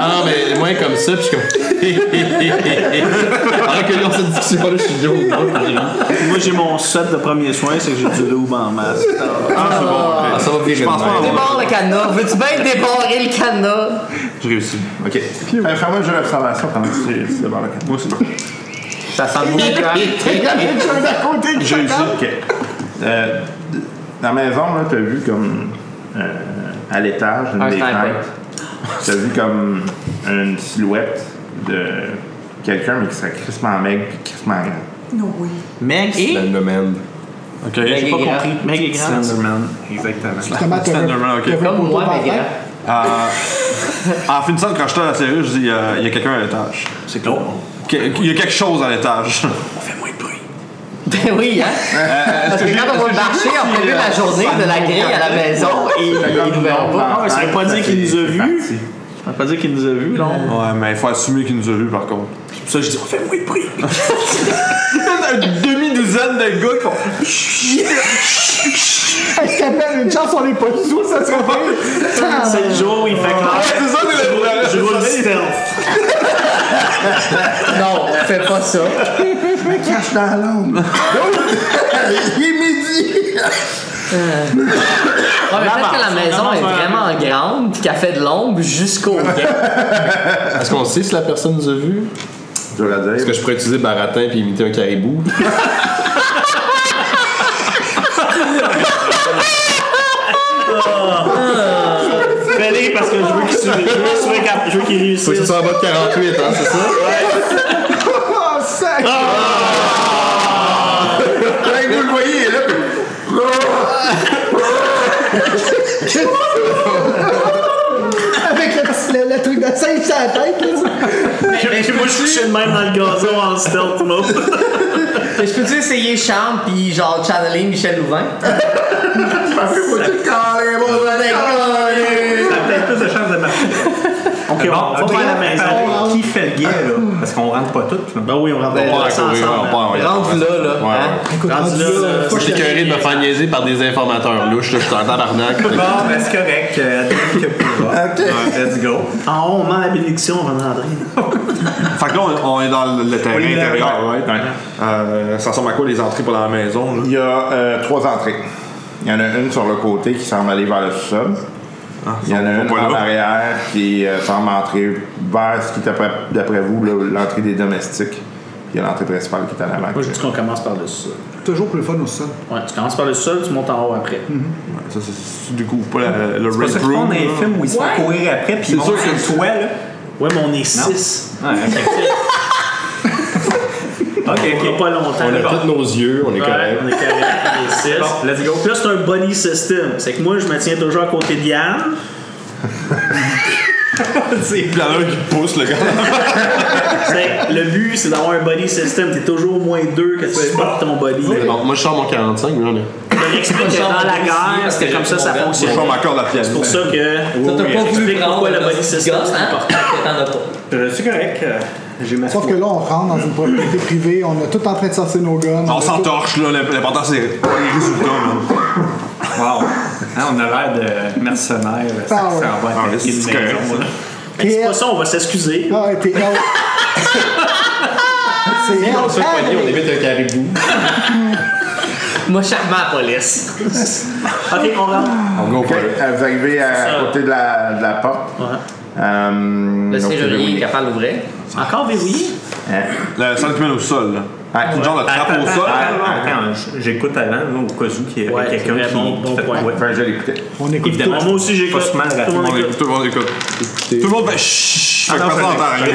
Speaker 10: Ah, mais moi, comme ça, puis je suis comme. Alors Ah, que dans cette discussion-là, je suis Joe.
Speaker 3: Moi, j'ai mon set de premier soin, c'est que j'ai du loup en masse.
Speaker 4: Ah, c'est bon.
Speaker 10: Ah,
Speaker 4: ok.
Speaker 10: ça va
Speaker 4: Je
Speaker 10: virer
Speaker 4: pense
Speaker 10: de
Speaker 4: pas
Speaker 10: même.
Speaker 4: avoir.
Speaker 5: Débarre le cadenas. Veux-tu bien débarrer le cadenas?
Speaker 4: Je réussis. Ok.
Speaker 6: Fait que Fais-moi un jeu d'observation pendant que tu tu débarres le cadre.
Speaker 4: Moi aussi.
Speaker 5: Ça sent le mouchoir.
Speaker 6: J'ai réussi. Ok. Euh, dans la maison, là, t'as vu comme euh, à l'étage, une
Speaker 5: Un
Speaker 6: des
Speaker 5: sniper.
Speaker 6: fenêtres. T'as vu comme une silhouette de quelqu'un, mais qui serait crissement maigre puis crissement grand.
Speaker 3: Meg et.
Speaker 10: Slenderman.
Speaker 4: Ok.
Speaker 3: J'ai
Speaker 5: Meg
Speaker 3: pas
Speaker 5: est grand.
Speaker 3: compris. Meg est grande.
Speaker 8: Slenderman, exactement.
Speaker 9: Comment t'as
Speaker 4: Slenderman, ok.
Speaker 9: t'as
Speaker 5: Comme
Speaker 9: photo
Speaker 5: moi,
Speaker 9: d'enfant?
Speaker 5: mais grand.
Speaker 4: Euh, en finissant, quand j'étais à la série, je dis euh, il y a quelqu'un à l'étage.
Speaker 3: C'est clair.
Speaker 4: Que- Il y a quelque chose à l'étage.
Speaker 3: Fais-moi de bruit.
Speaker 5: Ben oui,
Speaker 6: Euh,
Speaker 5: hein? Parce que quand on va marcher, on fait la journée de la grille à la maison et ils nous verront pas.
Speaker 3: Ah, ça veut pas dire qu'il nous a vus. Ça veut pas dire qu'il nous a vus, non?
Speaker 4: Ouais, mais il faut assumer qu'il nous a vus par contre.
Speaker 3: C'est pour ça que je dis, fais-moi de bruit.
Speaker 4: Une demi-douzaine de gars qui font.
Speaker 9: Hey, je t'appelle, une chance, on est pas sous, ça serait pas...
Speaker 3: C'est le jour où il fait
Speaker 4: Ah,
Speaker 3: clair.
Speaker 4: c'est ça, c'est le
Speaker 3: Je roule stealth.
Speaker 5: Non, fais pas ça.
Speaker 6: Cache dans l'ombre. Il est midi.
Speaker 5: Ouais, mais peut-être que la maison est vraiment grande puis qu'elle fait de l'ombre jusqu'au gars.
Speaker 10: Est-ce qu'on sait si la personne nous a vus?
Speaker 6: Je vais la
Speaker 10: Est-ce
Speaker 6: dire.
Speaker 10: que je pourrais utiliser baratin puis imiter un caribou?
Speaker 3: Fais-les parce que je veux qu'il survive. Je veux qu'il survive- je veux qu'il
Speaker 10: Faut que ce
Speaker 3: réussisse.
Speaker 10: soit en bas de 48, hein, c'est ça?
Speaker 9: Oh, sac!
Speaker 10: Ah.
Speaker 6: Hey, vous le voyez, là.
Speaker 9: Avec le, petit- le, le truc de singe sur la tête, là, ça.
Speaker 3: Mais moi, je suis couché de même dans le gazon en stealth mode.
Speaker 5: Mais je peux-tu essayer charme puis genre channeler Michel Louvain?
Speaker 8: T'as peut-être plus de chances de marcher.
Speaker 3: Ok, on va
Speaker 8: Ok,
Speaker 3: faire la
Speaker 8: pareil,
Speaker 3: maison.
Speaker 8: Qui fait le guet, là? Parce qu'on rentre pas toutes, là.
Speaker 3: Ben oui, on rentre
Speaker 5: Ben,
Speaker 3: dans
Speaker 10: Ouais,
Speaker 3: le
Speaker 10: courir,
Speaker 3: ensemble.
Speaker 10: on part, ouais.
Speaker 5: Rentre là, là. hein?
Speaker 9: Écoute,
Speaker 3: Rendu
Speaker 9: rendu
Speaker 3: là,
Speaker 9: là,
Speaker 3: euh,
Speaker 9: faut que
Speaker 10: Je suis écœuré de me faire niaiser par des informateurs louches, là, je suis en tabarnak.
Speaker 8: Bon, ben c'est correct. euh, advienne que pourra. Ouais, Let's go.
Speaker 3: En haut, on met la bénédiction, on va rentrer.
Speaker 4: Fait que là, on, on est dans le, le terrain
Speaker 8: Oui, là,
Speaker 4: intérieur,
Speaker 8: ouais.
Speaker 4: right? Euh, ça ressemble à quoi les entrées pour la maison, là?
Speaker 6: Il y a euh, trois entrées. Il y en a une sur le côté qui semble aller vers le sous-sol.
Speaker 4: Ah.
Speaker 6: Il y en a une
Speaker 4: pas
Speaker 6: en
Speaker 4: là.
Speaker 6: arrière qui euh, semble entrer vers ce qui est après- d'après vous le- l'entrée des domestiques. Puis il y a l'entrée principale qui est à l'avant.
Speaker 3: Moi, je dis qu'on commence par le sol.
Speaker 9: Toujours plus le fun au sol.
Speaker 3: Ouais, tu commences par le sol, tu montes en haut après.
Speaker 4: Ça, c'est- tu découvres pas la- le
Speaker 8: C'est pas ça
Speaker 4: rape
Speaker 8: qu'ils font
Speaker 4: room.
Speaker 8: dans les
Speaker 4: là.
Speaker 8: films où ils se font courir après, puis ils
Speaker 10: sûr
Speaker 8: vont
Speaker 10: que
Speaker 8: sur le
Speaker 10: c'est-
Speaker 8: toit, là.
Speaker 3: Ouais, mais on est 6.
Speaker 8: Ok,
Speaker 3: On a
Speaker 8: ok.
Speaker 3: pas longtemps.
Speaker 10: On a
Speaker 3: Bon.
Speaker 10: tous nos yeux, on est
Speaker 3: Ouais,
Speaker 10: correct.
Speaker 3: on est correct, on est 6.
Speaker 8: Bon, let's go.
Speaker 3: Puis là, c'est un buddy system. C'est que moi, je me tiens toujours à côté de Yann.
Speaker 4: Il y en a un qui pousse, le gars.
Speaker 3: C'est- le but, c'est d'avoir un body system. T'es toujours moins deux que tu portes ton body.
Speaker 10: Bon, moi, je sors mon 45, là. là.
Speaker 3: Il explique que dans la guerre, c'était comme ça, ça fonctionnait.
Speaker 4: Je forme encore la pièce.
Speaker 3: C'est pour ça que.
Speaker 5: Ça t'a
Speaker 3: Oui,
Speaker 5: pas
Speaker 3: oui,
Speaker 5: voulu
Speaker 3: explique
Speaker 5: prendre
Speaker 3: pourquoi le
Speaker 5: parce
Speaker 3: body
Speaker 5: que
Speaker 3: system,
Speaker 5: gosse,
Speaker 3: c'est
Speaker 5: hein?
Speaker 3: important.
Speaker 5: que t'en as pas.
Speaker 8: Euh, C'est correct. euh, J'ai ma
Speaker 9: Sauf que là, on rentre dans une propriété privée, on est tout en train de sortir nos guns.
Speaker 4: On
Speaker 9: est
Speaker 4: s'entorche, là. l'imp- L'important, c'est les résultats, là.
Speaker 8: Wow. Hein, on a l'air de mercenaires. là, Ça,
Speaker 9: Ah ouais.
Speaker 8: ça va
Speaker 4: Ah,
Speaker 8: attaquer
Speaker 4: c'est
Speaker 8: une
Speaker 4: correct,
Speaker 8: maison, là.
Speaker 9: tout- T'es
Speaker 3: C'est pas
Speaker 9: out.
Speaker 3: ça, on va s'excuser.
Speaker 9: Ah, ouais, t'es out. C'est
Speaker 10: On se fait poigner, on évite un caribou.
Speaker 5: Moi, charmant à la police.
Speaker 3: Ok, on rentre.
Speaker 10: On go
Speaker 6: Ok, euh, vous arrivez à
Speaker 3: ça.
Speaker 6: côté de la, de la porte. Euh,
Speaker 5: Le
Speaker 6: donc, c'est
Speaker 5: serrurier est
Speaker 6: verrouillé.
Speaker 5: capable d'ouvrir.
Speaker 3: Encore verrouillé?
Speaker 6: Hein?
Speaker 4: La salle qui mène au sol, là.
Speaker 6: Ouais.
Speaker 4: C'est le genre de trappe au sol.
Speaker 8: Attends, attends, j- j'écoute avant, là, au cas où qu'il y avait
Speaker 3: Ouais,
Speaker 8: quelqu'un
Speaker 3: c'est vrai,
Speaker 8: qui,
Speaker 3: bon-
Speaker 8: qui
Speaker 3: bon
Speaker 8: fait
Speaker 3: point.
Speaker 8: ouais.
Speaker 6: Enfin, je l'écoutais.
Speaker 9: On écoute tout.
Speaker 8: Évidemment,
Speaker 3: Moi aussi,
Speaker 8: j'ai
Speaker 3: j'écoute.
Speaker 8: Pas mal
Speaker 3: Tout le monde écoute.
Speaker 4: Tout le monde écoute. Tout le monde fait
Speaker 8: Ah
Speaker 4: chut. Fait que personne n'entend rien.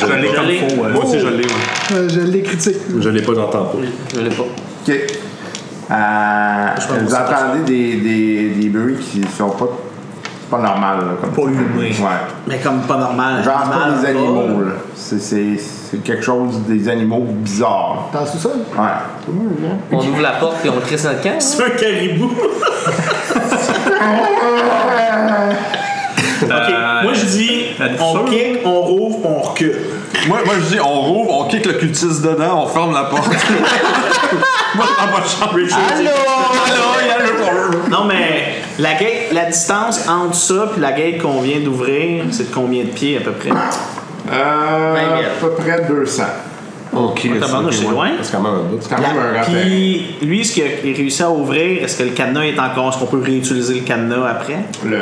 Speaker 8: Je l'ai
Speaker 3: Je l'ai.
Speaker 8: comme faux. hein.
Speaker 4: Moi aussi, je l'ai, ouais.
Speaker 9: Euh, je l'ai critiqué.
Speaker 10: Je l'ai pas, j'entends
Speaker 6: Euh,
Speaker 10: pas.
Speaker 5: Je l'ai pas.
Speaker 6: OK. Euh, vous entendez des, des, des bruits qui sont pas, pas normaux. là, comme
Speaker 8: Pas humains.
Speaker 6: Ouais.
Speaker 3: Mais comme pas normal.
Speaker 6: Genre, c'est pas
Speaker 3: Normal,
Speaker 6: des
Speaker 3: pas.
Speaker 6: animaux. là. C'est- C'est c'est quelque chose des animaux bizarres.
Speaker 9: T'es en sous-sol?
Speaker 6: Ouais.
Speaker 5: On ouvre la porte puis on le crisse dans le camp. hein?
Speaker 3: C'est un caribou. ok,
Speaker 8: Euh,
Speaker 3: moi je dis,
Speaker 8: êtes-vous
Speaker 3: on
Speaker 8: sûr?
Speaker 3: kick, on rouvre, puis on recule.
Speaker 4: Moi, moi, je dis, on rouvre, on kick le cultiste dedans, on ferme la porte. moi, je prends pas de chambre. Allô? Allô, il y a le problème.
Speaker 3: Non mais la gate, la distance entre ça puis la gate qu'on vient d'ouvrir, c'est de combien de pieds à peu près
Speaker 5: Vingt mille.
Speaker 6: Euh, à peu près 200.
Speaker 10: Ok,
Speaker 3: tabarnak, c'est loin.
Speaker 10: C'est quand même un bout.
Speaker 6: C'est quand même un rappel.
Speaker 3: Puis lui, ce qu'il a il réussit à ouvrir, est-ce que le cadenas est encore, est-ce qu'on peut réutiliser le cadenas après
Speaker 6: Le...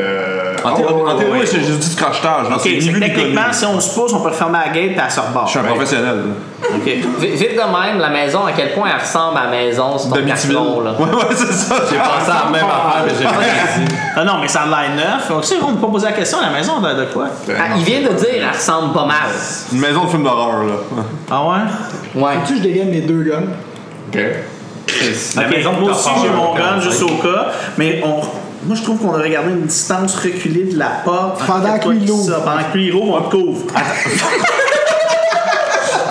Speaker 4: En
Speaker 6: Oh,
Speaker 4: théorie- en
Speaker 6: ouais,
Speaker 4: théorie,
Speaker 6: ouais.
Speaker 4: c'est juste du crochetage. là.
Speaker 3: Ok,
Speaker 4: C'est ni
Speaker 3: c'est
Speaker 4: vu
Speaker 3: que
Speaker 4: ni
Speaker 3: techniquement,
Speaker 4: connu.
Speaker 3: si on se pousse, on peut refermer la gate puis elle se rebord.
Speaker 4: Je suis un professionnel. là.
Speaker 3: Ok.
Speaker 5: Vi- Vite de même, la maison, à quel point elle ressemble à la maison sur ton
Speaker 4: D'Amityville.
Speaker 5: carton, là.
Speaker 4: Ouais, ouais, c'est ça.
Speaker 10: J'ai pensé à la même affaire, mais j'ai pas dit.
Speaker 3: Ah non, mais ça a l'air neuf. Donc, si on ne peut pas poser la question, la maison, de, de quoi
Speaker 5: Ah, il vient de dire, elle ressemble pas mal.
Speaker 4: Une maison de film d'horreur, là.
Speaker 3: Ah ouais
Speaker 5: Ouais.
Speaker 9: Tu je dégaine mes deux guns.
Speaker 8: La
Speaker 3: Ok,
Speaker 8: maison de
Speaker 3: Moi
Speaker 8: ta
Speaker 3: aussi,
Speaker 8: part,
Speaker 3: j'ai mon
Speaker 8: là,
Speaker 3: gun juste au cas, mais on. Moi, je trouve qu'on devrait garder une distance reculée de la porte.
Speaker 9: Pendant que lui, il ouvre.
Speaker 3: Ça, Pendant que lui, il ouvre, on le couvre.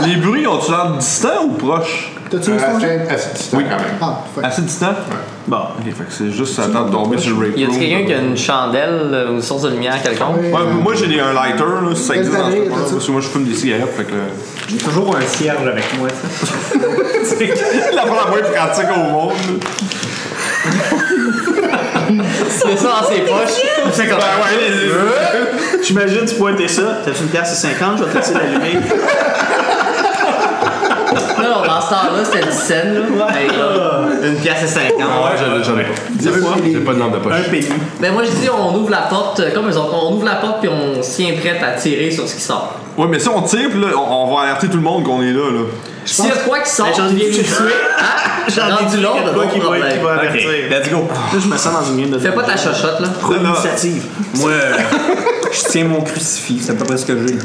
Speaker 4: Les bruits ont-tu l'air distants ou proches?
Speaker 9: T'as-tu eu
Speaker 6: Assez-
Speaker 9: ton jet?
Speaker 6: assez distant,
Speaker 4: Oui.
Speaker 6: quand même.
Speaker 9: Ah, fuck.
Speaker 4: Assez distants?
Speaker 3: Bon.
Speaker 4: Ok, fait que c'est juste ça attend de tomber sur le rape
Speaker 5: Y a-t-il
Speaker 4: room,
Speaker 5: quelqu'un
Speaker 4: là.
Speaker 5: qui a une chandelle euh, ou une source de lumière quelconque?
Speaker 9: Ouais.
Speaker 4: Ouais, mais moi j'ai des- un lighter, là, si ça existe dans ce
Speaker 9: Reste
Speaker 4: coin-là,
Speaker 9: d'abri,
Speaker 4: parce que moi je fume des cigarettes, fait que là...
Speaker 8: J'ai toujours un cierge avec moi, ça.
Speaker 4: la fois la moins pratique au monde.
Speaker 5: C'est ça dans ses poches. C'est comme
Speaker 4: Ben ouais, les-
Speaker 3: J'imagine, tu pointais ça. T'as une pièce et 50, je vais te laisser l'allumer.
Speaker 5: là, non, dans ce temps-là, c'était 10 cents, là. euh, Hey, là, Une pièce et 50.
Speaker 10: Ouais, j'en ai- j'en ai pas. J'ai pas de lampe de poche.
Speaker 3: Un pénis.
Speaker 5: Ben moi, je dis, on ouvre la porte, euh, comme les autres, on ouvre la porte puis on se tient prête à tirer sur ce qui sort.
Speaker 4: Ouais, mais si on tire, puis là, on, on va alerter tout le monde qu'on est là, là.
Speaker 5: S'il y a de quoi qui sort,
Speaker 3: Ben, j'en ai
Speaker 5: viens
Speaker 3: dit
Speaker 5: nous
Speaker 3: tout de
Speaker 5: tuer. hein?
Speaker 3: J'en ai
Speaker 5: Rendu
Speaker 3: dit
Speaker 5: long,
Speaker 3: qu'il y a de quoi
Speaker 5: bon
Speaker 3: qui va,
Speaker 5: problème.
Speaker 3: qui va
Speaker 8: Ok,
Speaker 3: avertir.
Speaker 8: let's go.
Speaker 3: Là, je me sens dans une game de.
Speaker 5: Fais pas ta chochotte, là.
Speaker 3: Pro-initiative.
Speaker 8: Moi, euh, je tiens mon crucifix, c'est à peu près ce que j'ai. Je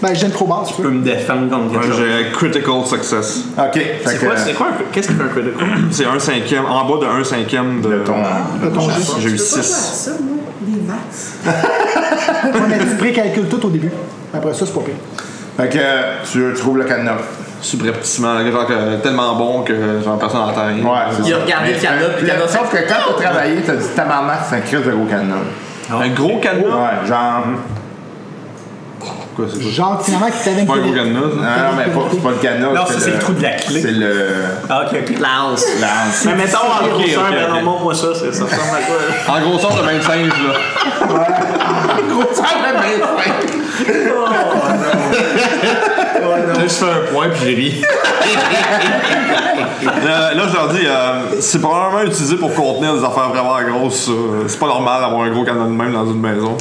Speaker 9: Ben, j'ai une crowbar, tu peux.
Speaker 8: peux me défendre contre quelque
Speaker 4: Ouais,
Speaker 8: chose.
Speaker 4: j'ai un critical success.
Speaker 6: OK. fait
Speaker 3: C'est
Speaker 6: que,
Speaker 3: quoi, c'est quoi un cri- Qu'est-ce qui fait un critical?
Speaker 4: C'est un cinquième, en bas de un cinquième de...
Speaker 6: euh, ton-
Speaker 9: T'as ton jet.
Speaker 4: J'ai eu
Speaker 11: Je vois
Speaker 4: 6.
Speaker 11: ça, moi, des maths.
Speaker 9: Ouais, mais tu précalcules tout au début. Après ça, c'est pas pire.
Speaker 6: Fait que tu trouves le cadenas.
Speaker 4: Subrepticement, genre que- tellement bon que j'en personne n'entend rien.
Speaker 6: Ouais, c'est
Speaker 5: Il a
Speaker 6: ça.
Speaker 5: regardé
Speaker 6: Mais,
Speaker 5: le cadenas,
Speaker 6: euh,
Speaker 5: puis le cadenas,
Speaker 6: Sauf que quand t'as travaillé, t'as dit tabarnak, c'est un crise de gros cadenas.
Speaker 4: Un gros cadenas.
Speaker 6: Ouais, genre.
Speaker 4: Quoi, c'est pas-
Speaker 9: Genre, finalement, qui t'avait
Speaker 4: pas un gros cadenas, hein?
Speaker 6: Non,
Speaker 4: ça?
Speaker 6: non, mais pas, c'est pas le cadenas.
Speaker 8: Non, ça, c'est le trou de la clé.
Speaker 6: C'est le.
Speaker 8: Ah, ok, ok.
Speaker 5: La hanse.
Speaker 6: la hanse.
Speaker 3: Mais mettons en
Speaker 4: ok,
Speaker 3: grosseur,
Speaker 4: ok,
Speaker 3: ben
Speaker 4: ok.
Speaker 3: non, montre-moi ça, c'est- ça ressemble à quoi? là?
Speaker 4: En gros sens, le même singe, là. Oh,
Speaker 10: Là, je fais un point, puis j'ai ri.
Speaker 4: Là, là, je leur dis, euh, c'est probablement utilisé pour contenir des affaires vraiment grosses. ça. C'est pas normal d'avoir un gros cadenas de même dans une maison.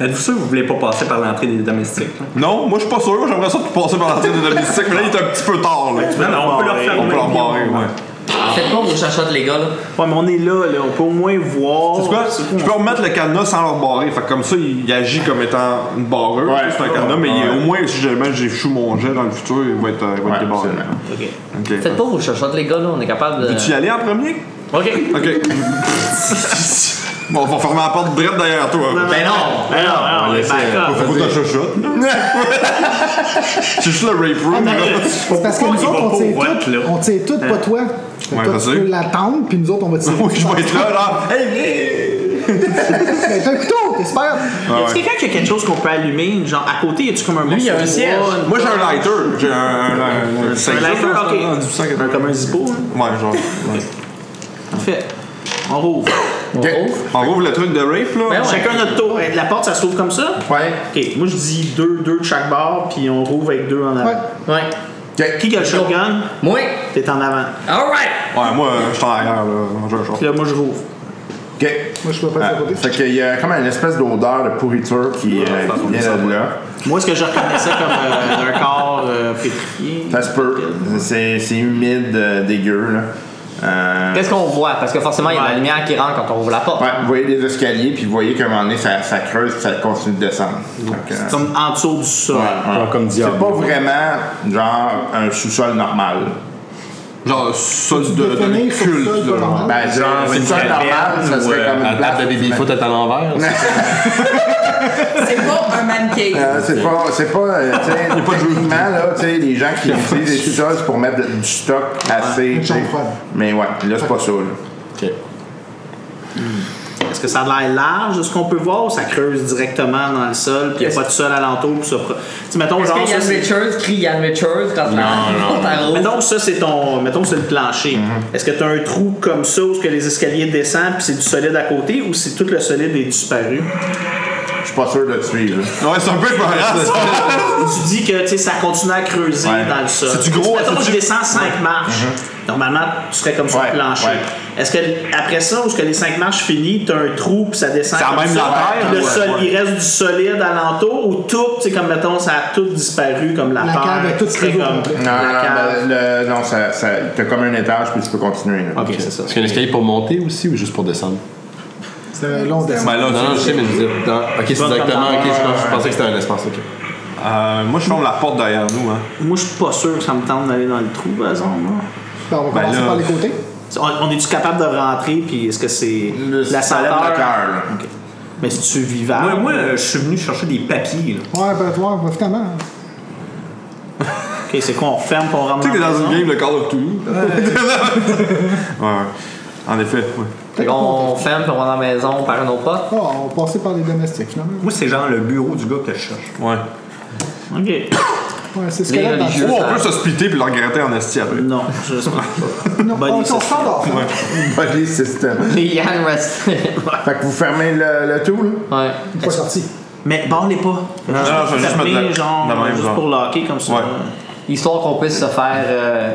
Speaker 8: Êtes-vous sûr que vous voulez pas passer par l'entrée des domestiques? là?
Speaker 4: Non, moi je suis pas sûr, j'aimerais ça passer par la tête de domestique, mais là il est un petit peu tard là.
Speaker 8: Non, non, on peut leur faire
Speaker 4: On peut leur barrer, ouais.
Speaker 5: Faites pas vos chochottes, les gars, là.
Speaker 3: Ouais, mais on est là, là, on peut au moins voir.
Speaker 4: C'est
Speaker 5: Oh.
Speaker 4: quoi? Je peux remettre le cadenas sans leur barrer. Fait que comme ça, il agit comme étant une barreuse.
Speaker 6: Ouais.
Speaker 4: c'est un cadenas, mais il est- au moins, si jamais j'échoue mon jet dans le futur, il va être, euh, il va être
Speaker 6: Ouais,
Speaker 4: débarré.
Speaker 6: absolument.
Speaker 3: Ok.
Speaker 4: Ok.
Speaker 5: Faites pas vos chochottes, les gars, là. On est capable de.
Speaker 4: Peux-tu y aller en premier?
Speaker 5: Ok.
Speaker 4: Ok. Bon, on va fermer la porte brette derrière toi.
Speaker 5: Ben non!
Speaker 3: Ben non, ben non,
Speaker 7: On
Speaker 3: ben
Speaker 7: laisse,
Speaker 3: back
Speaker 7: euh,
Speaker 3: off.
Speaker 4: Faut que t'as chouchoute. C'est juste le rape
Speaker 9: Ah,
Speaker 4: room. là.
Speaker 9: C'est parce que nous
Speaker 3: Pourquoi
Speaker 9: autres, on
Speaker 3: il
Speaker 9: tire
Speaker 3: va pas au vote,
Speaker 9: toutes,
Speaker 3: là?
Speaker 9: on tire toutes, pas toi.
Speaker 4: Ouais,
Speaker 9: toi,
Speaker 4: je sais.
Speaker 9: tu peux l'attendre, puis nous autres, on va tirer.
Speaker 4: Oui, je vais être là, genre. Hey, viens!
Speaker 9: Mais t'as un couteau, t'espères.
Speaker 4: Ah
Speaker 3: Y a
Speaker 4: ouais.
Speaker 3: quelqu'un qui a quelque chose qu'on peut allumer, genre à côté, y a-tu comme un morceau
Speaker 5: il y a
Speaker 3: de
Speaker 5: un
Speaker 3: bois,
Speaker 5: siège.
Speaker 3: une-
Speaker 4: Moi, j'ai un lighter. J'ai un. un, un,
Speaker 3: Un lighter,
Speaker 4: Un
Speaker 3: ok.
Speaker 4: 1880.
Speaker 3: Un- Comme un zippo, hein.
Speaker 4: Ouais, genre.
Speaker 3: Parfait. On rouvre.
Speaker 4: On rouvre le truc de rape, là.
Speaker 5: Ben ouais.
Speaker 3: Chacun notre tour. La porte, ça s'ouvre comme ça?
Speaker 6: Ouais.
Speaker 3: Ok, moi je dis deux, deux de chaque barre, puis on rouvre avec deux en avant.
Speaker 9: Ouais.
Speaker 5: Ouais.
Speaker 3: Qui a le shotgun?
Speaker 5: Moi?
Speaker 3: T'es en avant.
Speaker 5: Alright!
Speaker 4: Ouais, moi, euh, je suis en arrière, là. J'ai un short.
Speaker 3: Puis là, moi je rouvre.
Speaker 6: OK.
Speaker 9: Moi, je peux pas
Speaker 6: Ah,
Speaker 9: passer à côté.
Speaker 6: fait qu'il y a comme une espèce d'odeur de pourriture qui, euh, qui vient de là.
Speaker 3: Moi, ce que je reconnaissais comme euh, un corps euh, pétrifié.
Speaker 6: Ça se peut. C'est c'est humide, euh, dégueu, là. Euh,
Speaker 5: Qu'est-ce qu'on voit? Parce que forcément, il y a de la
Speaker 3: Ouais.
Speaker 5: lumière qui rentre quand on ouvre la porte.
Speaker 6: ouais, vous voyez des escaliers, puis vous voyez qu'à un moment donné, ça, ça creuse, puis ça continue de descendre. Fait que,
Speaker 3: Comme en dessous du sol.
Speaker 6: ouais, ouais.
Speaker 4: Ah.
Speaker 10: Genre comme
Speaker 6: C'est
Speaker 10: diable.
Speaker 6: pas vraiment, genre, un sous-sol normal.
Speaker 4: Genre, sol de, de
Speaker 9: peux finir sur
Speaker 4: culte,
Speaker 9: ça,
Speaker 4: là.
Speaker 9: pas normal.
Speaker 6: Ben, genre, un sous-sol normal, ça serait comme
Speaker 10: La
Speaker 6: une place.
Speaker 10: table de
Speaker 6: mais-
Speaker 10: baby-foot est à l'envers.
Speaker 11: C'est pas un man cave.
Speaker 6: Euh, c'est pas, c'est pas, euh, tu sais, techniquement, là, tu sais, les gens qui utilisent des sous-sols, c'est pour mettre de- du stock assez,
Speaker 9: une
Speaker 6: tu sais.
Speaker 9: chambre froide.
Speaker 6: Mais ouais, là, c'est pas ça, là.
Speaker 3: Est-ce que ça a l'air large de ce qu'on peut voir ou ça creuse directement dans le sol, puis il n'y a pas de sol alentour pour se. pro- Tu sais, mettons,
Speaker 5: Est-ce que
Speaker 3: genre, ça,
Speaker 5: Yann
Speaker 3: c'est-
Speaker 5: Richards crie Yann Richards quand la porte elle rouvre?
Speaker 3: Mettons que ça, c'est ton. Mettons que c'est le plancher. Est-ce que tu as un trou comme ça où est-ce que les escaliers descendent puis c'est du solide à côté ou si tout le solide est disparu?
Speaker 6: Je suis pas sûr de suivre, là.
Speaker 4: Ouais, c'est un peu épeurant,
Speaker 3: tu dis que tu sais, ça continue à creuser
Speaker 6: Ouais.
Speaker 3: dans le sol.
Speaker 4: C'est du gros, Mhm.
Speaker 3: Mettons
Speaker 4: c'est
Speaker 3: que je
Speaker 4: du-
Speaker 3: descends 5 marches. Normalement, tu serais comme sur
Speaker 6: Ouais,
Speaker 3: le plancher.
Speaker 6: ouais.
Speaker 3: Est-ce que après ça, où est-ce que les 5 marches finissent, t'as un trou puis ça descend
Speaker 4: Ça
Speaker 3: comme
Speaker 4: même
Speaker 3: ça,
Speaker 4: la terre,
Speaker 3: puis le
Speaker 4: ouais,
Speaker 3: sol,
Speaker 4: ouais.
Speaker 3: il reste du solide alentour ou tout, tu sais, comme mettons, ça a tout disparu comme la,
Speaker 9: La
Speaker 3: terre,
Speaker 9: cave a tout
Speaker 3: tu serais
Speaker 9: creusé au
Speaker 3: comme
Speaker 9: complet.
Speaker 6: Non,
Speaker 3: la
Speaker 6: non,
Speaker 3: cave.
Speaker 6: ben, le- non, ça, ça, t'as comme un étage, puis tu peux continuer, là.
Speaker 3: Ok, c'est ça.
Speaker 10: Est-ce qu'il y a un escalier pour monter aussi ou juste pour descendre?
Speaker 9: C'est un long dessin.
Speaker 4: Ben là,
Speaker 10: Non, non, je sais, mais je veux dire, dans- Ok, c'est
Speaker 3: Bon,
Speaker 10: directement.
Speaker 3: comme
Speaker 10: Ok, je pense- je pensais que c'était un espace. Ok.
Speaker 4: Euh, moi, je ferme la porte derrière nous, hein.
Speaker 3: Moi, je suis pas sûr que ça me tente d'aller dans le trou, par exemple. là.
Speaker 9: Ben, on va
Speaker 4: Ben
Speaker 9: commencer
Speaker 4: là.
Speaker 9: par les côtés.
Speaker 3: On, on est-tu capable de rentrer, puis est-ce que c'est la
Speaker 6: salade
Speaker 3: senteur?
Speaker 6: de cœur, là.
Speaker 3: Ok. Mais si tu vivable?
Speaker 8: Moi, moi, euh, je suis venu chercher des papiers. là.
Speaker 9: Ouais, ben, toi, ben, finalement.
Speaker 3: Ok, c'est quoi, on ferme pour rentre
Speaker 4: Tu sais que t'es
Speaker 3: la
Speaker 4: dans
Speaker 3: maison?
Speaker 4: une game de Call of Duty. Ouais. ouais. En effet, ouais.
Speaker 5: Fait qu'on ferme puis on va dans la maison par une autre porte.
Speaker 9: Oh, on passait par les domestiques, finalement.
Speaker 8: Moi, c'est genre le bureau du gars que je cherche.
Speaker 4: Ouais.
Speaker 3: Ok.
Speaker 9: Ouais, c'est ce
Speaker 5: Les
Speaker 9: qu'elle a dans
Speaker 5: religieux.
Speaker 9: le
Speaker 4: Ou Oh, on peut se splitter puis le regretter en esti après.
Speaker 3: Non, je sais pas.
Speaker 9: Non,
Speaker 3: Body
Speaker 9: on s'en
Speaker 3: system.
Speaker 9: sort d'or.
Speaker 6: Body system.
Speaker 5: Les Yann restent.
Speaker 6: Fait que vous fermez le, le tout, là.
Speaker 5: ouais.
Speaker 9: Une fois sorti.
Speaker 3: Mais barre-les pas. Non,
Speaker 4: non, je vais juste mettre la-
Speaker 3: genre,
Speaker 4: la même,
Speaker 3: juste
Speaker 4: genre.
Speaker 3: pour locker comme ça.
Speaker 4: Ouais.
Speaker 5: Histoire qu'on puisse se faire euh,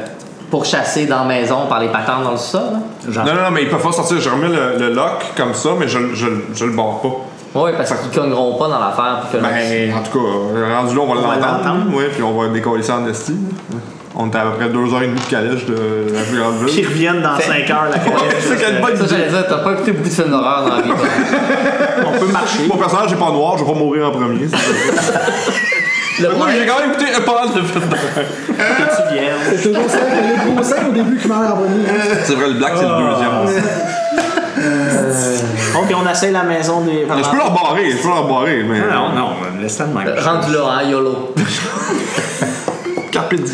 Speaker 5: pourchasser dans la maison par les patentes dans le sol. là.
Speaker 4: Non, non, non, mais ils peuvent pas sortir. Je remets le, le lock comme ça, mais je, je, je le barre pas.
Speaker 5: Ouais, parce qu'ils cogneront pas dans l'affaire. pour que l'on-
Speaker 4: Ben, en tout cas, euh, rendu là, on va
Speaker 3: va l'entendre.
Speaker 4: l'entendre. Ouais, puis on va décoller ça en esti. là. On est à peu près deux heures et demie de calèche de la plus grande
Speaker 3: Qu'ils
Speaker 4: ville.
Speaker 3: reviennent dans 5 heures, la
Speaker 4: Ouais, c'est quelle bonne
Speaker 5: Ça,
Speaker 4: idée.
Speaker 5: j'allais dire, t'as pas écouté beaucoup de films d'horreur dans la vie. toi.
Speaker 3: On peut marcher.
Speaker 4: Mon personnage est pas noir, je vais pas mourir en premier. c'est ça.
Speaker 5: Le
Speaker 4: Moi, j'ai quand même écouté un euh, pas mal de films.
Speaker 3: euh, Que tu viennes.
Speaker 9: C'est toujours ça que les gros seins au début qui m'en en premier.
Speaker 4: C'est vrai, le black,
Speaker 10: Ah.
Speaker 4: c'est le deuxième.
Speaker 3: Ok, on essaye la maison des.
Speaker 4: Je peux leur barrer, je peux leur barrer, mais.
Speaker 8: Non, non, euh, laisse ça de même.
Speaker 5: problème- Rendu là, hein, YOLO.
Speaker 4: Carpe diem.